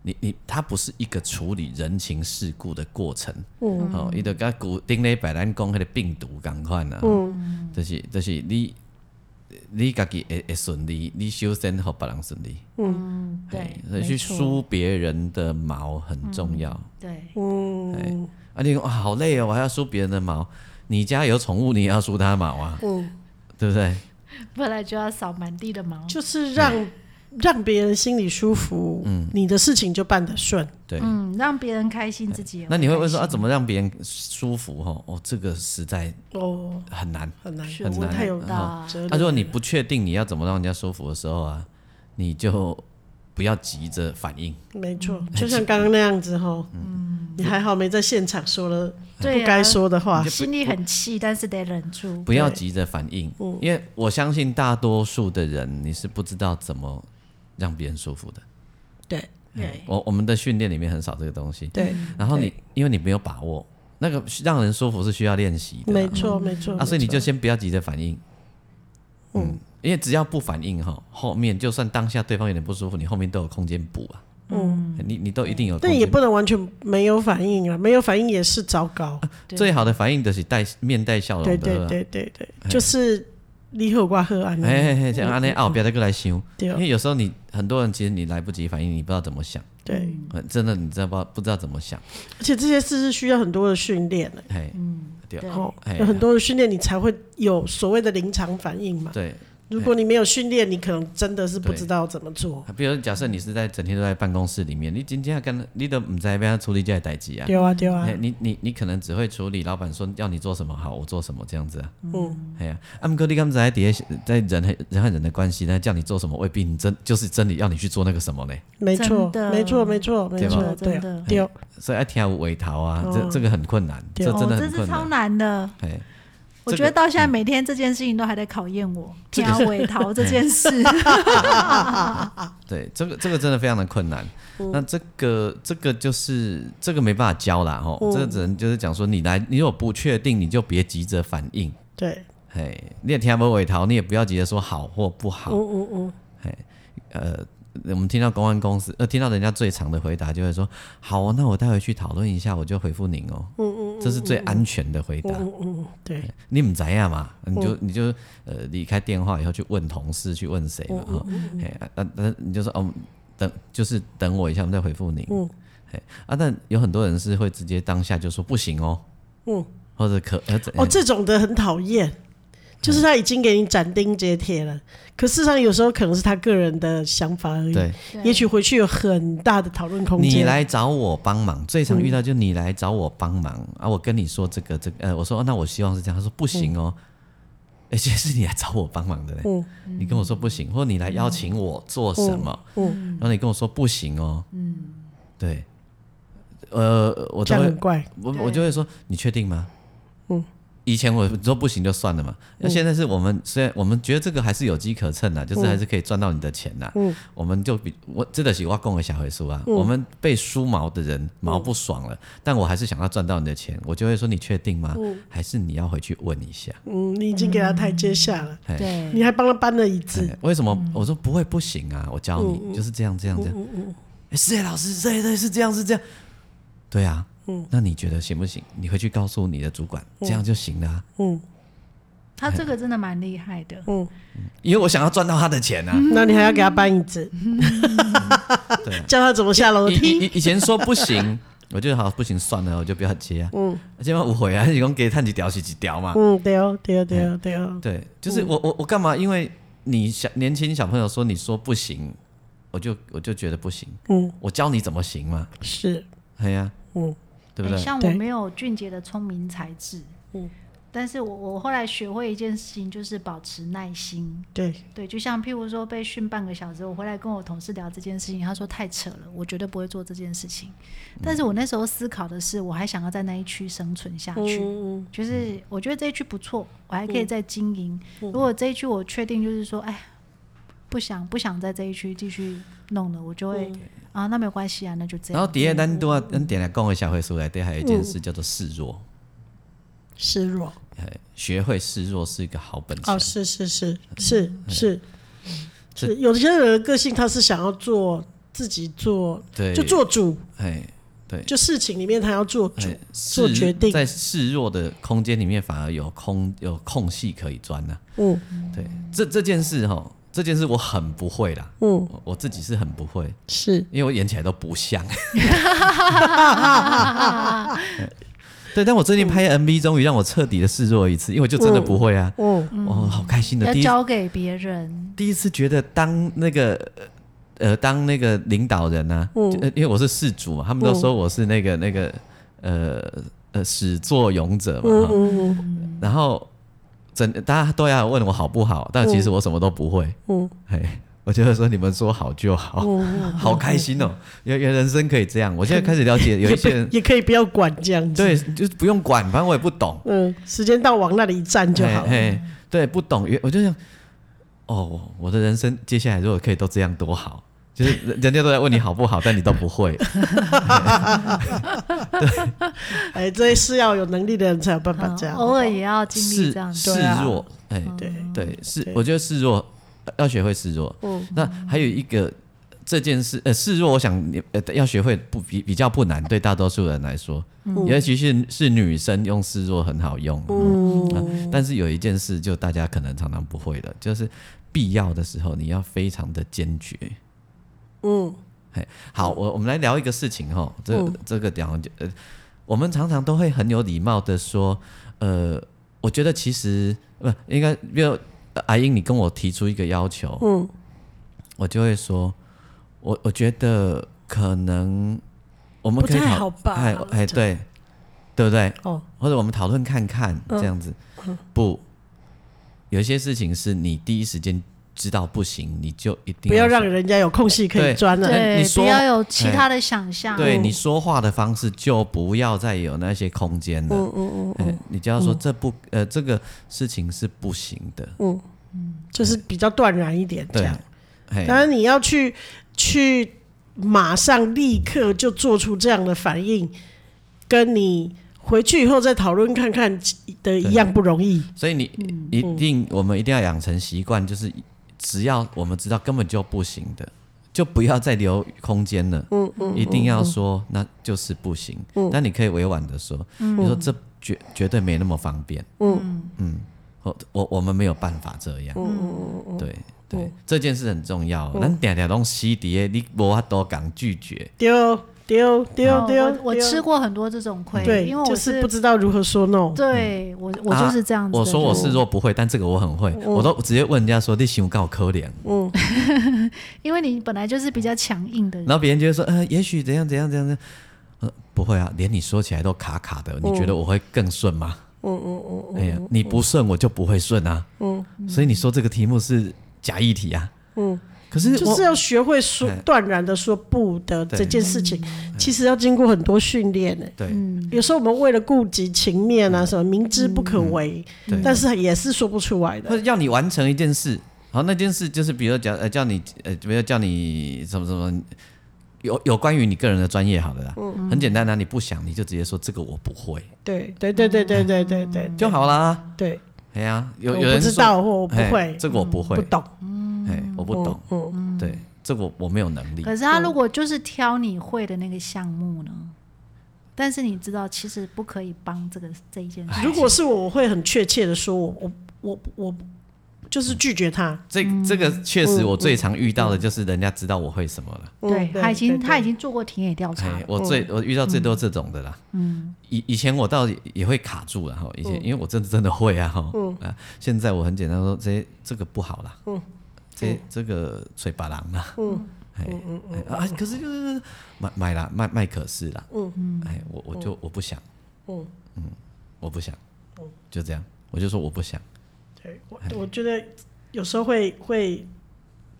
Speaker 1: 你你它不是一个处理人情世故的过程，嗯，哦，伊就甲古顶礼拜咱讲迄个病毒共款啊，嗯，就是就是你你家己会会顺利，你修身互别人顺利，
Speaker 3: 嗯，对
Speaker 1: 嘿，所以去
Speaker 3: 没错，
Speaker 1: 梳别人的毛很重要。
Speaker 3: 对，
Speaker 2: 嗯
Speaker 1: 啊，你说啊，好累哦，我还要梳别人的毛。你家有宠物，你也要梳它毛啊，
Speaker 2: 嗯，
Speaker 1: 对不对？
Speaker 3: 本来就要扫满地的毛，
Speaker 2: 就是让让别人心里舒服，
Speaker 1: 嗯
Speaker 2: 你的事情就办得顺。
Speaker 1: 对。
Speaker 3: 嗯，让别人开心，自己也
Speaker 1: 那你会问说
Speaker 3: 开
Speaker 1: 啊，
Speaker 3: 心
Speaker 1: 怎么让别人舒服？哈，哦，这个实在
Speaker 2: 哦，
Speaker 1: 很难。
Speaker 2: 很难，
Speaker 3: 是
Speaker 2: 我
Speaker 1: 很难
Speaker 2: 太有
Speaker 1: 嗯
Speaker 3: 啊
Speaker 2: 哲理。
Speaker 1: 他说你不确定你要怎么让人家舒服的时候啊，你就不要急着反应。
Speaker 2: 没错，
Speaker 1: 嗯
Speaker 2: 就像刚刚那样子哈，你还好没在现场说了
Speaker 3: 对啊
Speaker 2: 不该说的话
Speaker 1: 你，
Speaker 3: 心里很气，但是得忍住，
Speaker 1: 不要急着反应，
Speaker 2: 嗯
Speaker 1: 因为我相信大多数的人你是不知道怎么让别人舒服的。
Speaker 2: 对
Speaker 3: 对，
Speaker 1: 我我们的训练里面很少这个东西。
Speaker 2: 对，
Speaker 1: 然后你因为你没有把握，那个让人舒服是需要练习的啊。
Speaker 2: 没错没错
Speaker 1: 啊，所以你
Speaker 2: 没错
Speaker 1: 就先不要急着反应，嗯，因为只要不反应哈，后面就算当下对方有点不舒服，你后面都有空间补啊，嗯，你你都一定有空
Speaker 2: 但也
Speaker 1: 间。
Speaker 2: 不能完全没有反应啊，没有反应也是糟糕。
Speaker 1: 最好的反应就是带面带笑容
Speaker 2: 对
Speaker 1: 的，
Speaker 2: 对对对对，就是你喝瓜喝安
Speaker 1: 哎
Speaker 2: 的，
Speaker 1: 哎哎，像安内奥，不要再过来想，
Speaker 2: 啊对
Speaker 1: 因为有时候你很多人其实你来不及反应，你不知道怎么想，
Speaker 2: 对，
Speaker 1: 呃真的你知道不知道不知道怎么想，
Speaker 2: 而且这些事是需要很多的训练的，
Speaker 1: 哎，对
Speaker 3: 对
Speaker 2: 哦
Speaker 1: 哎，
Speaker 2: 有很多的训练你才会有所谓的临场反应嘛。
Speaker 1: 对，
Speaker 2: 如果你没有训练，你可能真的是不
Speaker 1: 对
Speaker 2: 知道怎么做，
Speaker 1: 比如假设你是在整天都在办公室里面，你今天跟你都唔知要安处理这些代志啊，
Speaker 2: 丢啊丢啊
Speaker 1: 哎、，你你你可能只会处理老板说要你做什么，好，我做什么这样子啊。
Speaker 2: 嗯，
Speaker 1: 哎呀、阿姆哥，你刚才在底下在人和人和人的关系，那叫你做什么，未必你真就是真的要你去做那个什么呢？
Speaker 2: 没错
Speaker 3: 真的
Speaker 2: 没错没错没
Speaker 1: 对吧
Speaker 2: 错，对
Speaker 3: 真
Speaker 2: 啊
Speaker 3: 的
Speaker 2: 丢，
Speaker 1: 所以爱跳舞尾逃啊，这
Speaker 2: 哦
Speaker 1: 这个很困难，
Speaker 2: 对
Speaker 1: 这
Speaker 3: 哦
Speaker 1: 真的
Speaker 3: 这
Speaker 1: 很
Speaker 3: 是
Speaker 1: 困
Speaker 3: 超
Speaker 1: 难。
Speaker 3: 难的。
Speaker 1: 哎、
Speaker 3: 我
Speaker 1: 这
Speaker 3: 觉
Speaker 1: 个嗯
Speaker 3: 得到现在每天这件事情都还在考验我，加尾逃这件 事，
Speaker 1: 对，这个这个真的非常的困难。
Speaker 3: 哦
Speaker 1: 那这个这个就是这个没办法教啦，
Speaker 3: 哦
Speaker 1: 吼，这个只能就是讲说，你来，你如果不确定，你就别急着反应。
Speaker 2: 对，
Speaker 1: 嘿，你也听不尾逃，你也不要急着说好或不好。
Speaker 2: 嗯嗯嗯，
Speaker 1: 呃，我们听到公安公司，呃，听到人家最长的回答就会说：“好哦，那我带回去讨论一下，我就回复您哦。”嗯嗯，这是最安全的回答。
Speaker 2: 嗯对，
Speaker 1: 你唔怎样嘛，
Speaker 2: 嗯
Speaker 1: 你就、你就呃离开电话以后去问同事，去问谁
Speaker 2: 嗯
Speaker 1: 嘛哈。嘿，啊啊那、你就说哦，等就是等我一下，我们再回复您。嗯，嘿啊，但有很多人是会直接当下就说不行哦，
Speaker 2: 嗯，
Speaker 1: 或者可呃怎
Speaker 2: 哦，这种的很讨厌，
Speaker 1: 嗯
Speaker 2: 就是他已经给你斩钉截铁了，可事实上有时候可能是他个人的想法而已，
Speaker 1: 对。
Speaker 2: 也许回去有很大的讨论空间。
Speaker 1: 你来找我帮忙，最常
Speaker 2: 嗯
Speaker 1: 遇到就你来找我帮忙、啊！我跟你说这个这个，呃，我说、哦那我希望是这样，他说不行哦，而且、是你来找我帮忙的嘞，
Speaker 2: 嗯
Speaker 1: 你跟我说不行，或你来邀请我做什么，
Speaker 2: 嗯，
Speaker 1: 然后你跟我说不行哦，嗯，对，呃，我
Speaker 2: 这
Speaker 1: 都
Speaker 2: 样
Speaker 1: 会
Speaker 2: 很怪，
Speaker 1: 我
Speaker 3: 对
Speaker 1: 我就会说，你确定吗？嗯，嗯以前我说不行就算了嘛，那、现在是我们虽然我们觉得这个还是有机可乘的、就是还是可以赚到你的钱呐、嗯，我们就比我真的是我供给小回书啊，我们被梳毛的人毛不爽了，但我还是想要赚到你的钱，我就会说你确定吗？还是你要回去问一下？
Speaker 2: 嗯，你已经给他台阶下了，
Speaker 1: 哎
Speaker 3: 对
Speaker 2: 你还帮他搬了椅子，
Speaker 1: 哎为什么？我说不会不行啊，我教你、就是这样这样这样。哎是哎老师，对对是这样是这样。对啊，那你觉得行不行？你回去告诉你的主管，这样就行了、啊。
Speaker 2: 嗯，
Speaker 3: 他这个真的蛮厉害的。
Speaker 1: 因为我想要赚到他的钱啊。
Speaker 2: 那你还要给他搬椅子，
Speaker 1: 嗯 对啊
Speaker 2: 教他怎么下楼
Speaker 1: 以以
Speaker 2: 梯，
Speaker 1: 以以前说不行， 我就好不行算了，我就不要接啊。嗯，现在我悔啊，你讲给他几条是几条嘛？
Speaker 2: 嗯，对哦，对哦，对哦，对哦，
Speaker 1: 对，就是我我我干嘛？因为你小年轻小朋友说你说不行，我就我就觉得不行。
Speaker 2: 嗯，
Speaker 1: 我教你怎么行嘛？
Speaker 2: 是，
Speaker 1: 哎呀、
Speaker 2: 嗯
Speaker 1: 对不
Speaker 3: 诶
Speaker 1: 对？
Speaker 3: 哎像我
Speaker 2: 对嗯
Speaker 3: 没有俊杰的聪明才智，但是我我后来学会一件事情，就是保持耐心。
Speaker 2: 对，
Speaker 3: 对，就像譬如说被训半个小时，我回来跟我同事聊这件事情，他说太扯了，我绝对不会做这件事情。
Speaker 1: 嗯
Speaker 3: 但是我那时候思考的是，我还想要在那一区生存下去，
Speaker 2: 嗯
Speaker 3: 就是我觉得这一区不错，我还可以再经营。
Speaker 2: 嗯
Speaker 3: 如果这一区我确定就是说，哎，不想不想在这一区继续弄了，我就会、
Speaker 2: 嗯
Speaker 3: 啊，那没关系啊，那就这
Speaker 1: 然后
Speaker 3: 样。
Speaker 1: 底下咱拄啊，咱点来讲的社会书内底还有一件
Speaker 2: 嗯
Speaker 1: 事叫做示弱，
Speaker 2: 示弱
Speaker 1: 嘿学会示弱是一个好本
Speaker 2: 哦，
Speaker 1: 钱。
Speaker 2: 是是
Speaker 1: 嗯
Speaker 2: 是是是
Speaker 1: 这
Speaker 2: 是，有些人的个性他是想要做自己做，
Speaker 1: 对，
Speaker 2: 就做主，
Speaker 1: 哎对，
Speaker 2: 就事情里面他要做主
Speaker 1: 哎，
Speaker 2: 做
Speaker 1: 示
Speaker 2: 决定
Speaker 1: 在示弱的空间里面，反而有空有空隙可以钻呢、
Speaker 2: 嗯
Speaker 1: 对，这这件事哈，这件事我很不会啦，
Speaker 2: 嗯，
Speaker 1: 我我自己是很不会，
Speaker 2: 是
Speaker 1: 因为我演起来都不像。 对，但我最近拍 MV，终于让我彻底的示弱一次，因为我就真的不会啊，
Speaker 2: 嗯
Speaker 1: 哦，好开心的，
Speaker 3: 要
Speaker 1: 第一
Speaker 3: 交给别人，
Speaker 1: 第一次觉得当那个呃呃当那个领导人呢、
Speaker 2: 嗯
Speaker 1: 啊，就呃因为我是事主嘛，他们都说我是那个那个呃呃始作俑者嘛，哈
Speaker 2: 嗯
Speaker 1: 然后整大家都要问我好不好，但其实我什么都不会，
Speaker 2: 嗯
Speaker 1: 嘿，我就会说你们说好就好，好开心哦，原原来人生可以这样，我现在开始了解有一
Speaker 2: 也
Speaker 1: 些
Speaker 2: 不
Speaker 1: 人
Speaker 2: 也可以不要管这样子，
Speaker 1: 对就是不用管，反正我也不懂，
Speaker 2: 嗯，时间到往那里一站 就好
Speaker 1: 嘿
Speaker 2: 了，
Speaker 1: 嘿对，不懂，原我就想，哦，我的人生接下来如果可以都这样多好，就是 人人家都在问你 好不好，但你都不会。
Speaker 2: 哎，这是要有能力的人才有办法
Speaker 3: 嗯
Speaker 2: 这样，
Speaker 3: 偶尔也要经历
Speaker 1: 示
Speaker 3: 这样子。
Speaker 1: 示
Speaker 2: 对啊
Speaker 1: 弱，哎、
Speaker 2: 对，
Speaker 1: 对，示
Speaker 2: 对，
Speaker 1: 我觉得示弱呃要学会示弱。
Speaker 2: 嗯
Speaker 1: 那还有一个这件事，呃，示弱，我想你呃要学会不比比较不难，对大多数人来说，
Speaker 2: 嗯
Speaker 1: 尤其是是女生用示弱很好用。
Speaker 2: 哦
Speaker 1: 嗯、啊但是有一件事就大家可能常常不会的，就是必要的时候你要非常的坚决。
Speaker 2: 嗯
Speaker 1: 嘿，好，我我们来聊一个事情哈，这、这个讲就呃，我们常常都会很有礼貌的说，呃，我觉得其实不、应该，比如呃阿英你跟我提出一个要求，
Speaker 2: 嗯
Speaker 1: 我就会说，我我觉得可能我们
Speaker 2: 不
Speaker 1: 可以
Speaker 2: 太
Speaker 1: 讨
Speaker 2: 好吧
Speaker 1: 哎哎对，对不对？
Speaker 2: 哦嗯
Speaker 1: 或者我们讨论看看这样子，不，有一些事情是你第一时间知道不行，你就一定
Speaker 2: 不要
Speaker 1: 说
Speaker 2: 让人家有空隙可以
Speaker 1: 对
Speaker 2: 钻啊了，
Speaker 1: 哎
Speaker 3: 对，
Speaker 1: 你
Speaker 3: 不
Speaker 1: 说哎
Speaker 3: 要有其他的想象。
Speaker 1: 对你说话的方式就不要再有那些空间了。
Speaker 2: 嗯嗯嗯
Speaker 1: 哎你就要说这不、呃这个事情是不行的。
Speaker 2: 嗯，就是比较断然一点这
Speaker 1: 对
Speaker 2: 样。，
Speaker 1: 哎
Speaker 2: 当然你要去去马上立刻就做出这样的反应，跟你回去以后再讨论看看的一样不容易。
Speaker 1: 所以你一定、我们一定要养成习惯，就是只要我们知道根本就不行的，就不要再留空间了。嗯嗯，一定要说那就是不行。但你可以委婉的说，你说这绝绝对没那么方便。
Speaker 2: 嗯
Speaker 1: 嗯，我我我们没有办法这样。对对，这件事很重要。咱点点东西的，你无法多讲拒绝。
Speaker 2: 丢丢丢
Speaker 3: 哦
Speaker 2: 丢，
Speaker 3: 我我
Speaker 2: 丢
Speaker 3: 吃过很多这种亏，
Speaker 2: 对，
Speaker 3: 因为
Speaker 2: 就
Speaker 3: 我
Speaker 2: 是不知道如何说 no。
Speaker 3: 对我我就是这样子的、
Speaker 1: 啊我说我
Speaker 3: 就是
Speaker 1: 弱不会，但这个我很会，我都直接问人家说你行不我可怜，
Speaker 3: 因为你本来就是比较强硬的人
Speaker 1: 然，后别人就会说呃，也许怎样怎样怎样怎样，呃，不会啊，连你说起来都卡卡的，
Speaker 2: 嗯
Speaker 1: 你觉得我会更顺吗？嗯嗯嗯，哎呀，你不顺我就不会顺啊，嗯，所以你说这个题目是假议题啊，
Speaker 2: 嗯，
Speaker 1: 可是
Speaker 2: 就
Speaker 1: 我
Speaker 2: 是要学会说
Speaker 1: 哎
Speaker 2: 断然的说不的
Speaker 1: 对嗯
Speaker 2: 这件事情，其实要经过很多训练呢。
Speaker 1: 对
Speaker 2: 有时候我们为了顾及情面啊，什么明知不可为，
Speaker 1: 嗯对，
Speaker 2: 但是也是说不出来
Speaker 1: 或
Speaker 2: 的。
Speaker 1: 者要你完成一件事，好，那件事就是比如讲呃叫你呃，比如叫你什么什么，有有关于你个人的专业好了啦，
Speaker 2: 嗯
Speaker 1: 很简单啊，你不想你就直接说这个我不会
Speaker 2: 对对对对对对对对，
Speaker 1: 就好啦，
Speaker 2: 对，
Speaker 1: 哎呀，有
Speaker 2: 我
Speaker 1: 有人
Speaker 2: 不知
Speaker 1: 说
Speaker 2: 道或我不
Speaker 1: 哎
Speaker 2: 会，
Speaker 1: 这个我不会
Speaker 2: 不，懂，
Speaker 1: 哎，我不懂，
Speaker 2: 嗯，
Speaker 1: 对，这个我我没有能力，
Speaker 3: 可是他如果就是挑你会的那个项目呢？但是你知道，其实不可以帮这个这一
Speaker 1: 哎
Speaker 3: 件事情。
Speaker 2: 如果是我，我会很确切的说，我我我我就是
Speaker 1: 嗯
Speaker 2: 拒绝他。
Speaker 1: 这这个确实我最常遇到的就是人家知道我会什么了。
Speaker 3: 对
Speaker 2: 嗯
Speaker 3: 他已经他已
Speaker 2: 对
Speaker 3: 经做过田野调查
Speaker 1: 哎
Speaker 3: 了，，
Speaker 1: 我最我遇到最多这种的啦。嗯，以以前我倒也也会卡住了哈，以前因为我真的真的会啊哈。啊，现在我很简单说，这这个不好啦。嗯，这这个嘴巴狼啦。嗯，哎哎啊，可是就是买买嗯啦，卖卖可是啦。嗯嗯，哎，我我就我不想。嗯嗯，我不想。就这样，我就说我不想。
Speaker 2: 对我
Speaker 1: 哎
Speaker 2: 我觉得有时候会会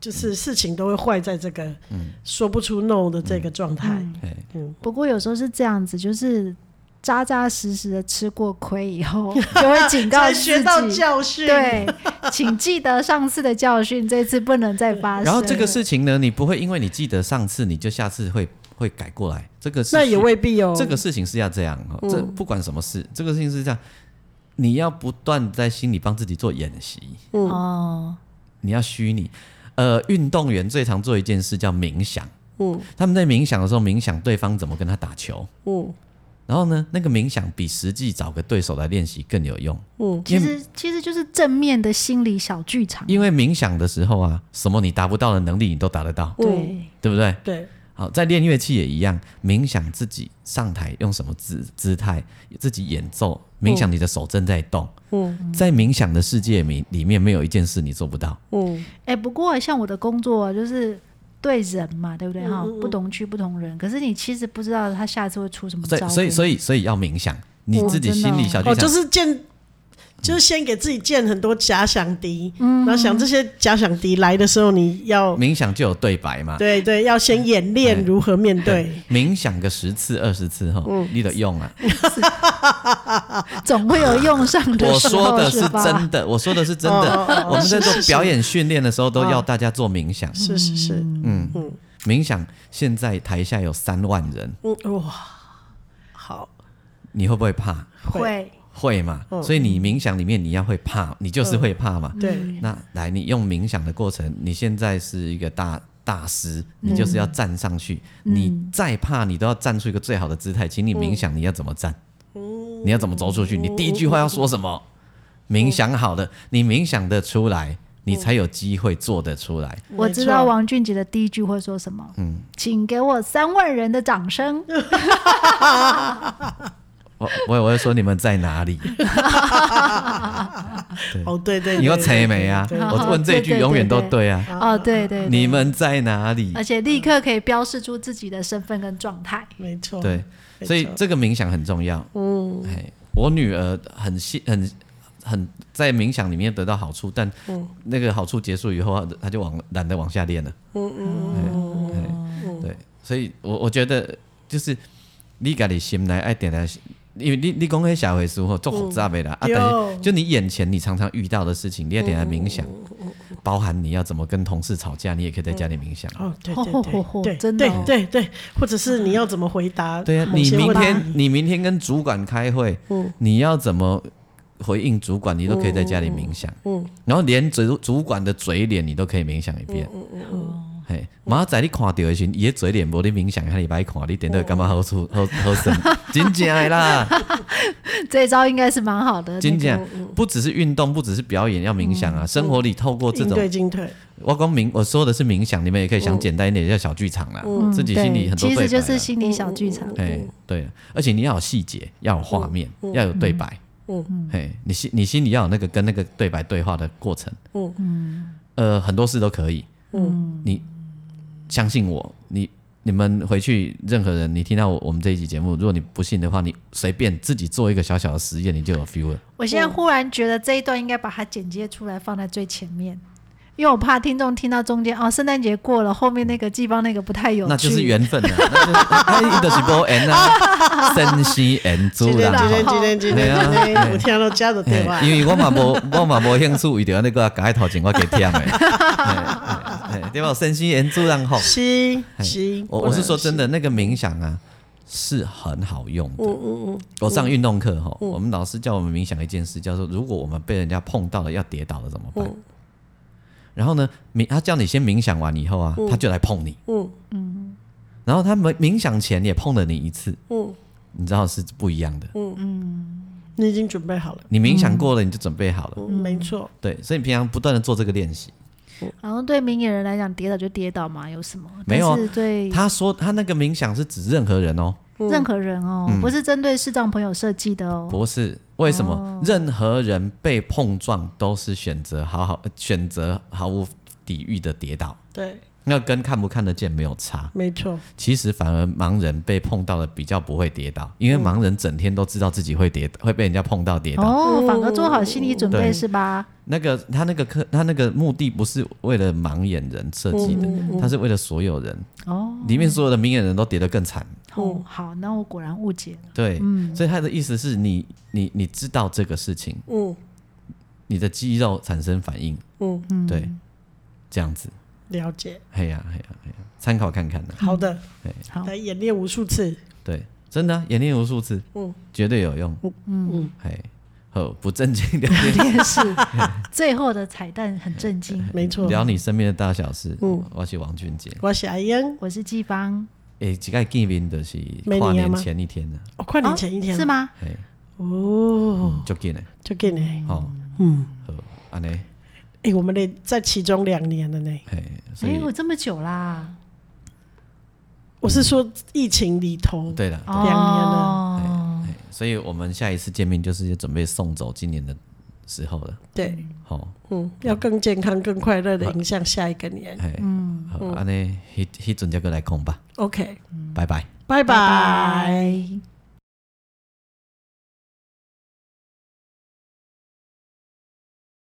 Speaker 2: 就是事情都会坏在这个
Speaker 1: 嗯
Speaker 2: 说不出 no 的这个状态。
Speaker 3: 嗯
Speaker 1: 哎，
Speaker 3: 不过有时候是这样子，就是扎扎实实的吃过亏以 后，就会警告
Speaker 2: 才
Speaker 3: 自己，
Speaker 2: 学到教训。
Speaker 3: 对，请记得上次的教训，这次不能再
Speaker 2: 啊
Speaker 3: 发生。
Speaker 1: 然后这个事情呢，你不会因为你记得上次，你就下次会会改过来。这个是
Speaker 2: 那
Speaker 1: 需
Speaker 2: 也未必哦。
Speaker 1: 这个事情是要这样
Speaker 2: 嗯
Speaker 1: 哦，这不管什么事，这个事情是这样，你要不断在心里帮自己做演习，
Speaker 3: 哦，
Speaker 1: 你要虚拟。呃，运动员最常做一件事叫冥想，
Speaker 2: 嗯
Speaker 1: 他们在冥想的时候冥想对方怎么跟他打球，
Speaker 2: 嗯
Speaker 1: 然后呢，那个冥想比实际找个对手来练习更有用，
Speaker 2: 嗯，
Speaker 3: 其实其实就是正面的心理小剧场。
Speaker 1: 因为冥想的时候啊，什么你达不到的能力你都达得到，
Speaker 3: 对，
Speaker 1: 对不对？
Speaker 2: 嗯对，
Speaker 1: 好，在练乐器也一样，冥想自己上台用什么姿姿态，自己演奏，冥想你的手正在动。
Speaker 2: 嗯
Speaker 1: 在冥想的世界里里面，没有一件事你做不到。
Speaker 2: 嗯
Speaker 3: 哎，不过像我的工作就是。对人嘛，对不对哈？
Speaker 2: 嗯嗯嗯
Speaker 3: 不同区不同人，可是你其实不知道他下次会出什么
Speaker 1: 所
Speaker 3: 招。
Speaker 1: 以，所以，所
Speaker 3: 以，
Speaker 1: 以，所以要冥想，你
Speaker 3: 哦
Speaker 1: 自己
Speaker 3: 真的
Speaker 1: 心里
Speaker 3: 哦
Speaker 1: 小剧
Speaker 2: 哦，
Speaker 1: 场。
Speaker 2: 就是建，
Speaker 1: 嗯
Speaker 2: 就是先给自己建很多假想敌，
Speaker 3: 嗯
Speaker 2: 然后想这些假想敌来的时候，你要
Speaker 1: 冥想就有对白嘛，
Speaker 2: 对对，要先演练
Speaker 1: 啊哎
Speaker 2: 如何面对。
Speaker 1: 冥想个十次二十次
Speaker 2: 嗯
Speaker 1: 后，你得用 啊。
Speaker 3: 总会有用上的
Speaker 1: 我
Speaker 3: 时候，
Speaker 1: 说的
Speaker 3: 是
Speaker 1: 是
Speaker 3: 吧
Speaker 1: 真的，我说的是真
Speaker 2: 哦哦
Speaker 1: 的。
Speaker 2: 哦
Speaker 1: 我们在做
Speaker 2: 是是
Speaker 1: 表演训练的时候，都要大家做冥想。
Speaker 2: 是是是，
Speaker 1: 嗯，冥想现在台下有三万人，
Speaker 2: 嗯哇，好
Speaker 1: 你会不会怕？
Speaker 3: 会
Speaker 1: 会嘛，
Speaker 2: 嗯
Speaker 1: 所以你冥想里面你要会怕，你就是会怕嘛。
Speaker 2: 对，
Speaker 1: 那来，你用冥想的过程，你现在是一个大大师，你就是要站上去，
Speaker 2: 嗯
Speaker 1: 你再怕你都要站出一个最好的姿态，请你冥
Speaker 2: 嗯
Speaker 1: 想你要怎么站，你要怎么走出去，你第一句话要说什
Speaker 2: 嗯
Speaker 1: 么？冥想好了，你冥想的出来，你才有机会做得出来。
Speaker 3: 我知道王俊杰的第一句会说什么，嗯，请给我三万人的掌声。
Speaker 1: 我我我会说你们在哪 里？
Speaker 2: 哦对对，对
Speaker 1: 你要猜没啊？
Speaker 2: 对对嗯
Speaker 1: 我问这一句永远都对啊。
Speaker 3: 哦，对对，对
Speaker 1: 你们在哪里？
Speaker 3: 而且立刻可以标示出自己的身份跟状态。
Speaker 2: 没错，
Speaker 1: 对，
Speaker 2: 没
Speaker 1: 所以
Speaker 2: 错
Speaker 1: 这个冥想很重要。嗯，哎，我女儿很信很很在冥想里面得到好处，但那个好处结束以后，她她就往懒得往下练了。嗯嗯嗯，对，所以我我觉得就是你家己心来爱点来。因为你你讲迄社会事吼，做复杂的啦，啊，
Speaker 2: 对
Speaker 1: 但是就你眼前你常常遇到的事情，你要点来冥想，包含你要怎么跟同事吵架，你也可以在家里冥想。
Speaker 2: 哦，对
Speaker 3: 吼
Speaker 2: 对
Speaker 3: 吼
Speaker 2: 对
Speaker 3: 吼吼
Speaker 2: 对，
Speaker 3: 真的
Speaker 2: 对
Speaker 3: 哦
Speaker 2: 对对，或者是你要怎么回 答？
Speaker 1: 对啊，你明天你明天跟主管开会，
Speaker 3: 嗯
Speaker 1: 你要怎么回应主管，你都可以在家里冥想，
Speaker 3: 嗯
Speaker 1: 然后连主主管的嘴脸你都可以冥想一遍，
Speaker 3: 嗯
Speaker 1: 嘿，明仔载你看到的时候，伊的嘴脸无你冥想，遐你白看，你点到感觉好处好好省， 真正的啦，
Speaker 3: 这一招应该是蛮好的。
Speaker 1: 真
Speaker 3: 那个
Speaker 1: 正不只是运动，不只是表演，要冥想
Speaker 3: 嗯
Speaker 1: 啊，生活里透过这
Speaker 2: 应
Speaker 1: 种
Speaker 2: 对进退，
Speaker 1: 我光冥，我说的是冥想，你们也可以想简单一点，叫小剧场啦，自己心里很多
Speaker 3: 嗯对
Speaker 1: 对白啊
Speaker 3: 其实就
Speaker 1: 啦
Speaker 3: 是心理小剧
Speaker 2: 嗯
Speaker 3: 场。
Speaker 1: 哎，对，而且你要有细节，要有画面，要有对白，嗯，哎，你心你心里要有那个跟那个对白对话的过程，
Speaker 2: 嗯
Speaker 1: 嗯，呃，很多事都可以，嗯，你相信我，你你们回去任何人，你听到我我们这一集节目，如果你不信的话，你随便自己做一个小小的实验，你就有 feel 了。
Speaker 3: 我现在忽然觉得这一段应该把它剪接出来放在最前面，因为我怕听众听到中间哦，圣诞节过了，后面那个季邦那个不太有趣。
Speaker 1: 那就是缘分啊，那就是那就是无缘啊，生死缘
Speaker 2: 今
Speaker 1: 主
Speaker 2: 天
Speaker 1: 啦。
Speaker 2: 今
Speaker 1: 吼
Speaker 2: 天今天今
Speaker 1: 对
Speaker 2: 天
Speaker 1: 啊哎
Speaker 2: 今天，我听到家的对话
Speaker 1: 嘿，因为我嘛无， 我嘛无兴趣，为着那个改头前我给忝 的嘿，嘿嘿对吧？身心援助让好。
Speaker 2: 是
Speaker 1: 嘿
Speaker 2: 是，
Speaker 1: 我
Speaker 2: 果
Speaker 1: 哎我是
Speaker 2: 然
Speaker 1: 说真的，那个冥想啊是很好用的。
Speaker 2: 嗯嗯嗯，
Speaker 1: 我上运动课哈，我们老师教我们冥想一件事，叫做如果我们被人家碰到了要跌倒了怎么办？
Speaker 2: 嗯
Speaker 1: 然后呢，冥他叫你先冥想完以后啊，他就来碰你。
Speaker 2: 嗯
Speaker 1: 然后他冥冥想前也碰了你一次，
Speaker 2: 嗯，
Speaker 1: 你知道是不一样的。
Speaker 2: 你已经准备好了，
Speaker 1: 你冥想过了，你就准备好了。
Speaker 2: 嗯没错，
Speaker 1: 对，所以你平常不断的做这个练习。
Speaker 3: 然后对明眼人来讲，跌倒就跌倒嘛，有什么？
Speaker 1: 没有啊
Speaker 3: 但是对
Speaker 1: 他说他那个冥想是指任何人哦，
Speaker 3: 任何人哦，
Speaker 1: 嗯
Speaker 3: 不是针对视障朋友设计的哦。
Speaker 1: 不是为什么？任何人被碰撞都是选择好好选择毫无抵御的跌倒，
Speaker 2: 对，
Speaker 1: 那跟看不看得见没有差。
Speaker 2: 没错，
Speaker 1: 其实反而盲人被碰到的比较不会跌倒，因为盲人整天都知道自己会跌，会被人家碰到跌倒。
Speaker 3: 嗯哦，反而做好心理准备
Speaker 1: 嗯对
Speaker 3: 是吧？
Speaker 1: 那个他那个课，他那个目的不是为了盲眼人设计的，他是为了所有人，
Speaker 3: 嗯哦，
Speaker 1: 里面所有的明眼人都跌得更惨。
Speaker 2: 嗯
Speaker 3: 哦，好，那我果然误解了。
Speaker 1: 对，所以他的意思是你你你知道这个事情，
Speaker 2: 嗯
Speaker 1: 你的肌肉产生反应，
Speaker 2: 嗯，
Speaker 1: 对，这样子，
Speaker 2: 了解。
Speaker 1: 嘿呀嘿呀嘿呀，参考看看呢、
Speaker 2: 好的，
Speaker 3: 嗯好，
Speaker 2: 来演练无数次。
Speaker 1: 对，真的啊、演练无数次，
Speaker 2: 嗯
Speaker 1: 绝对有用，
Speaker 2: 嗯，
Speaker 1: 嘿，好，不正经聊天，
Speaker 3: 也是最后的彩蛋很震惊。
Speaker 2: 没错。
Speaker 1: 聊你身边的大小事，
Speaker 2: 嗯
Speaker 1: 我是王俊杰，
Speaker 2: 我是阿英，
Speaker 3: 我是季芳，
Speaker 1: 诶、欸，几个见面的是
Speaker 2: 明年
Speaker 1: 跨年
Speaker 2: 吗
Speaker 1: 前一天呢、啊
Speaker 2: 我跨年哦前一天
Speaker 3: 啊是吗？
Speaker 1: 嘿，
Speaker 2: 哦，
Speaker 1: 就见了，
Speaker 2: 就给你。
Speaker 1: 好，
Speaker 2: 嗯，
Speaker 1: 好，安尼，
Speaker 2: 哎，我们得在其中两年了呢。
Speaker 1: 嘿，所
Speaker 3: 哎
Speaker 1: 以，
Speaker 3: 我这么久啦，
Speaker 2: 我是说疫情里头，
Speaker 1: 对了，
Speaker 2: 两年了
Speaker 3: 哦，
Speaker 1: 嘿所以我们下一次见面就是准备送走今年的时候了，
Speaker 2: 对，
Speaker 1: 好，
Speaker 2: 嗯，要更健康、更快乐的迎向下一个年。
Speaker 1: 嘿，好，安尼，迄迄阵再过来讲吧，
Speaker 2: OK，
Speaker 1: 拜拜。
Speaker 2: 拜
Speaker 3: 拜
Speaker 2: 拜。
Speaker 3: 拜。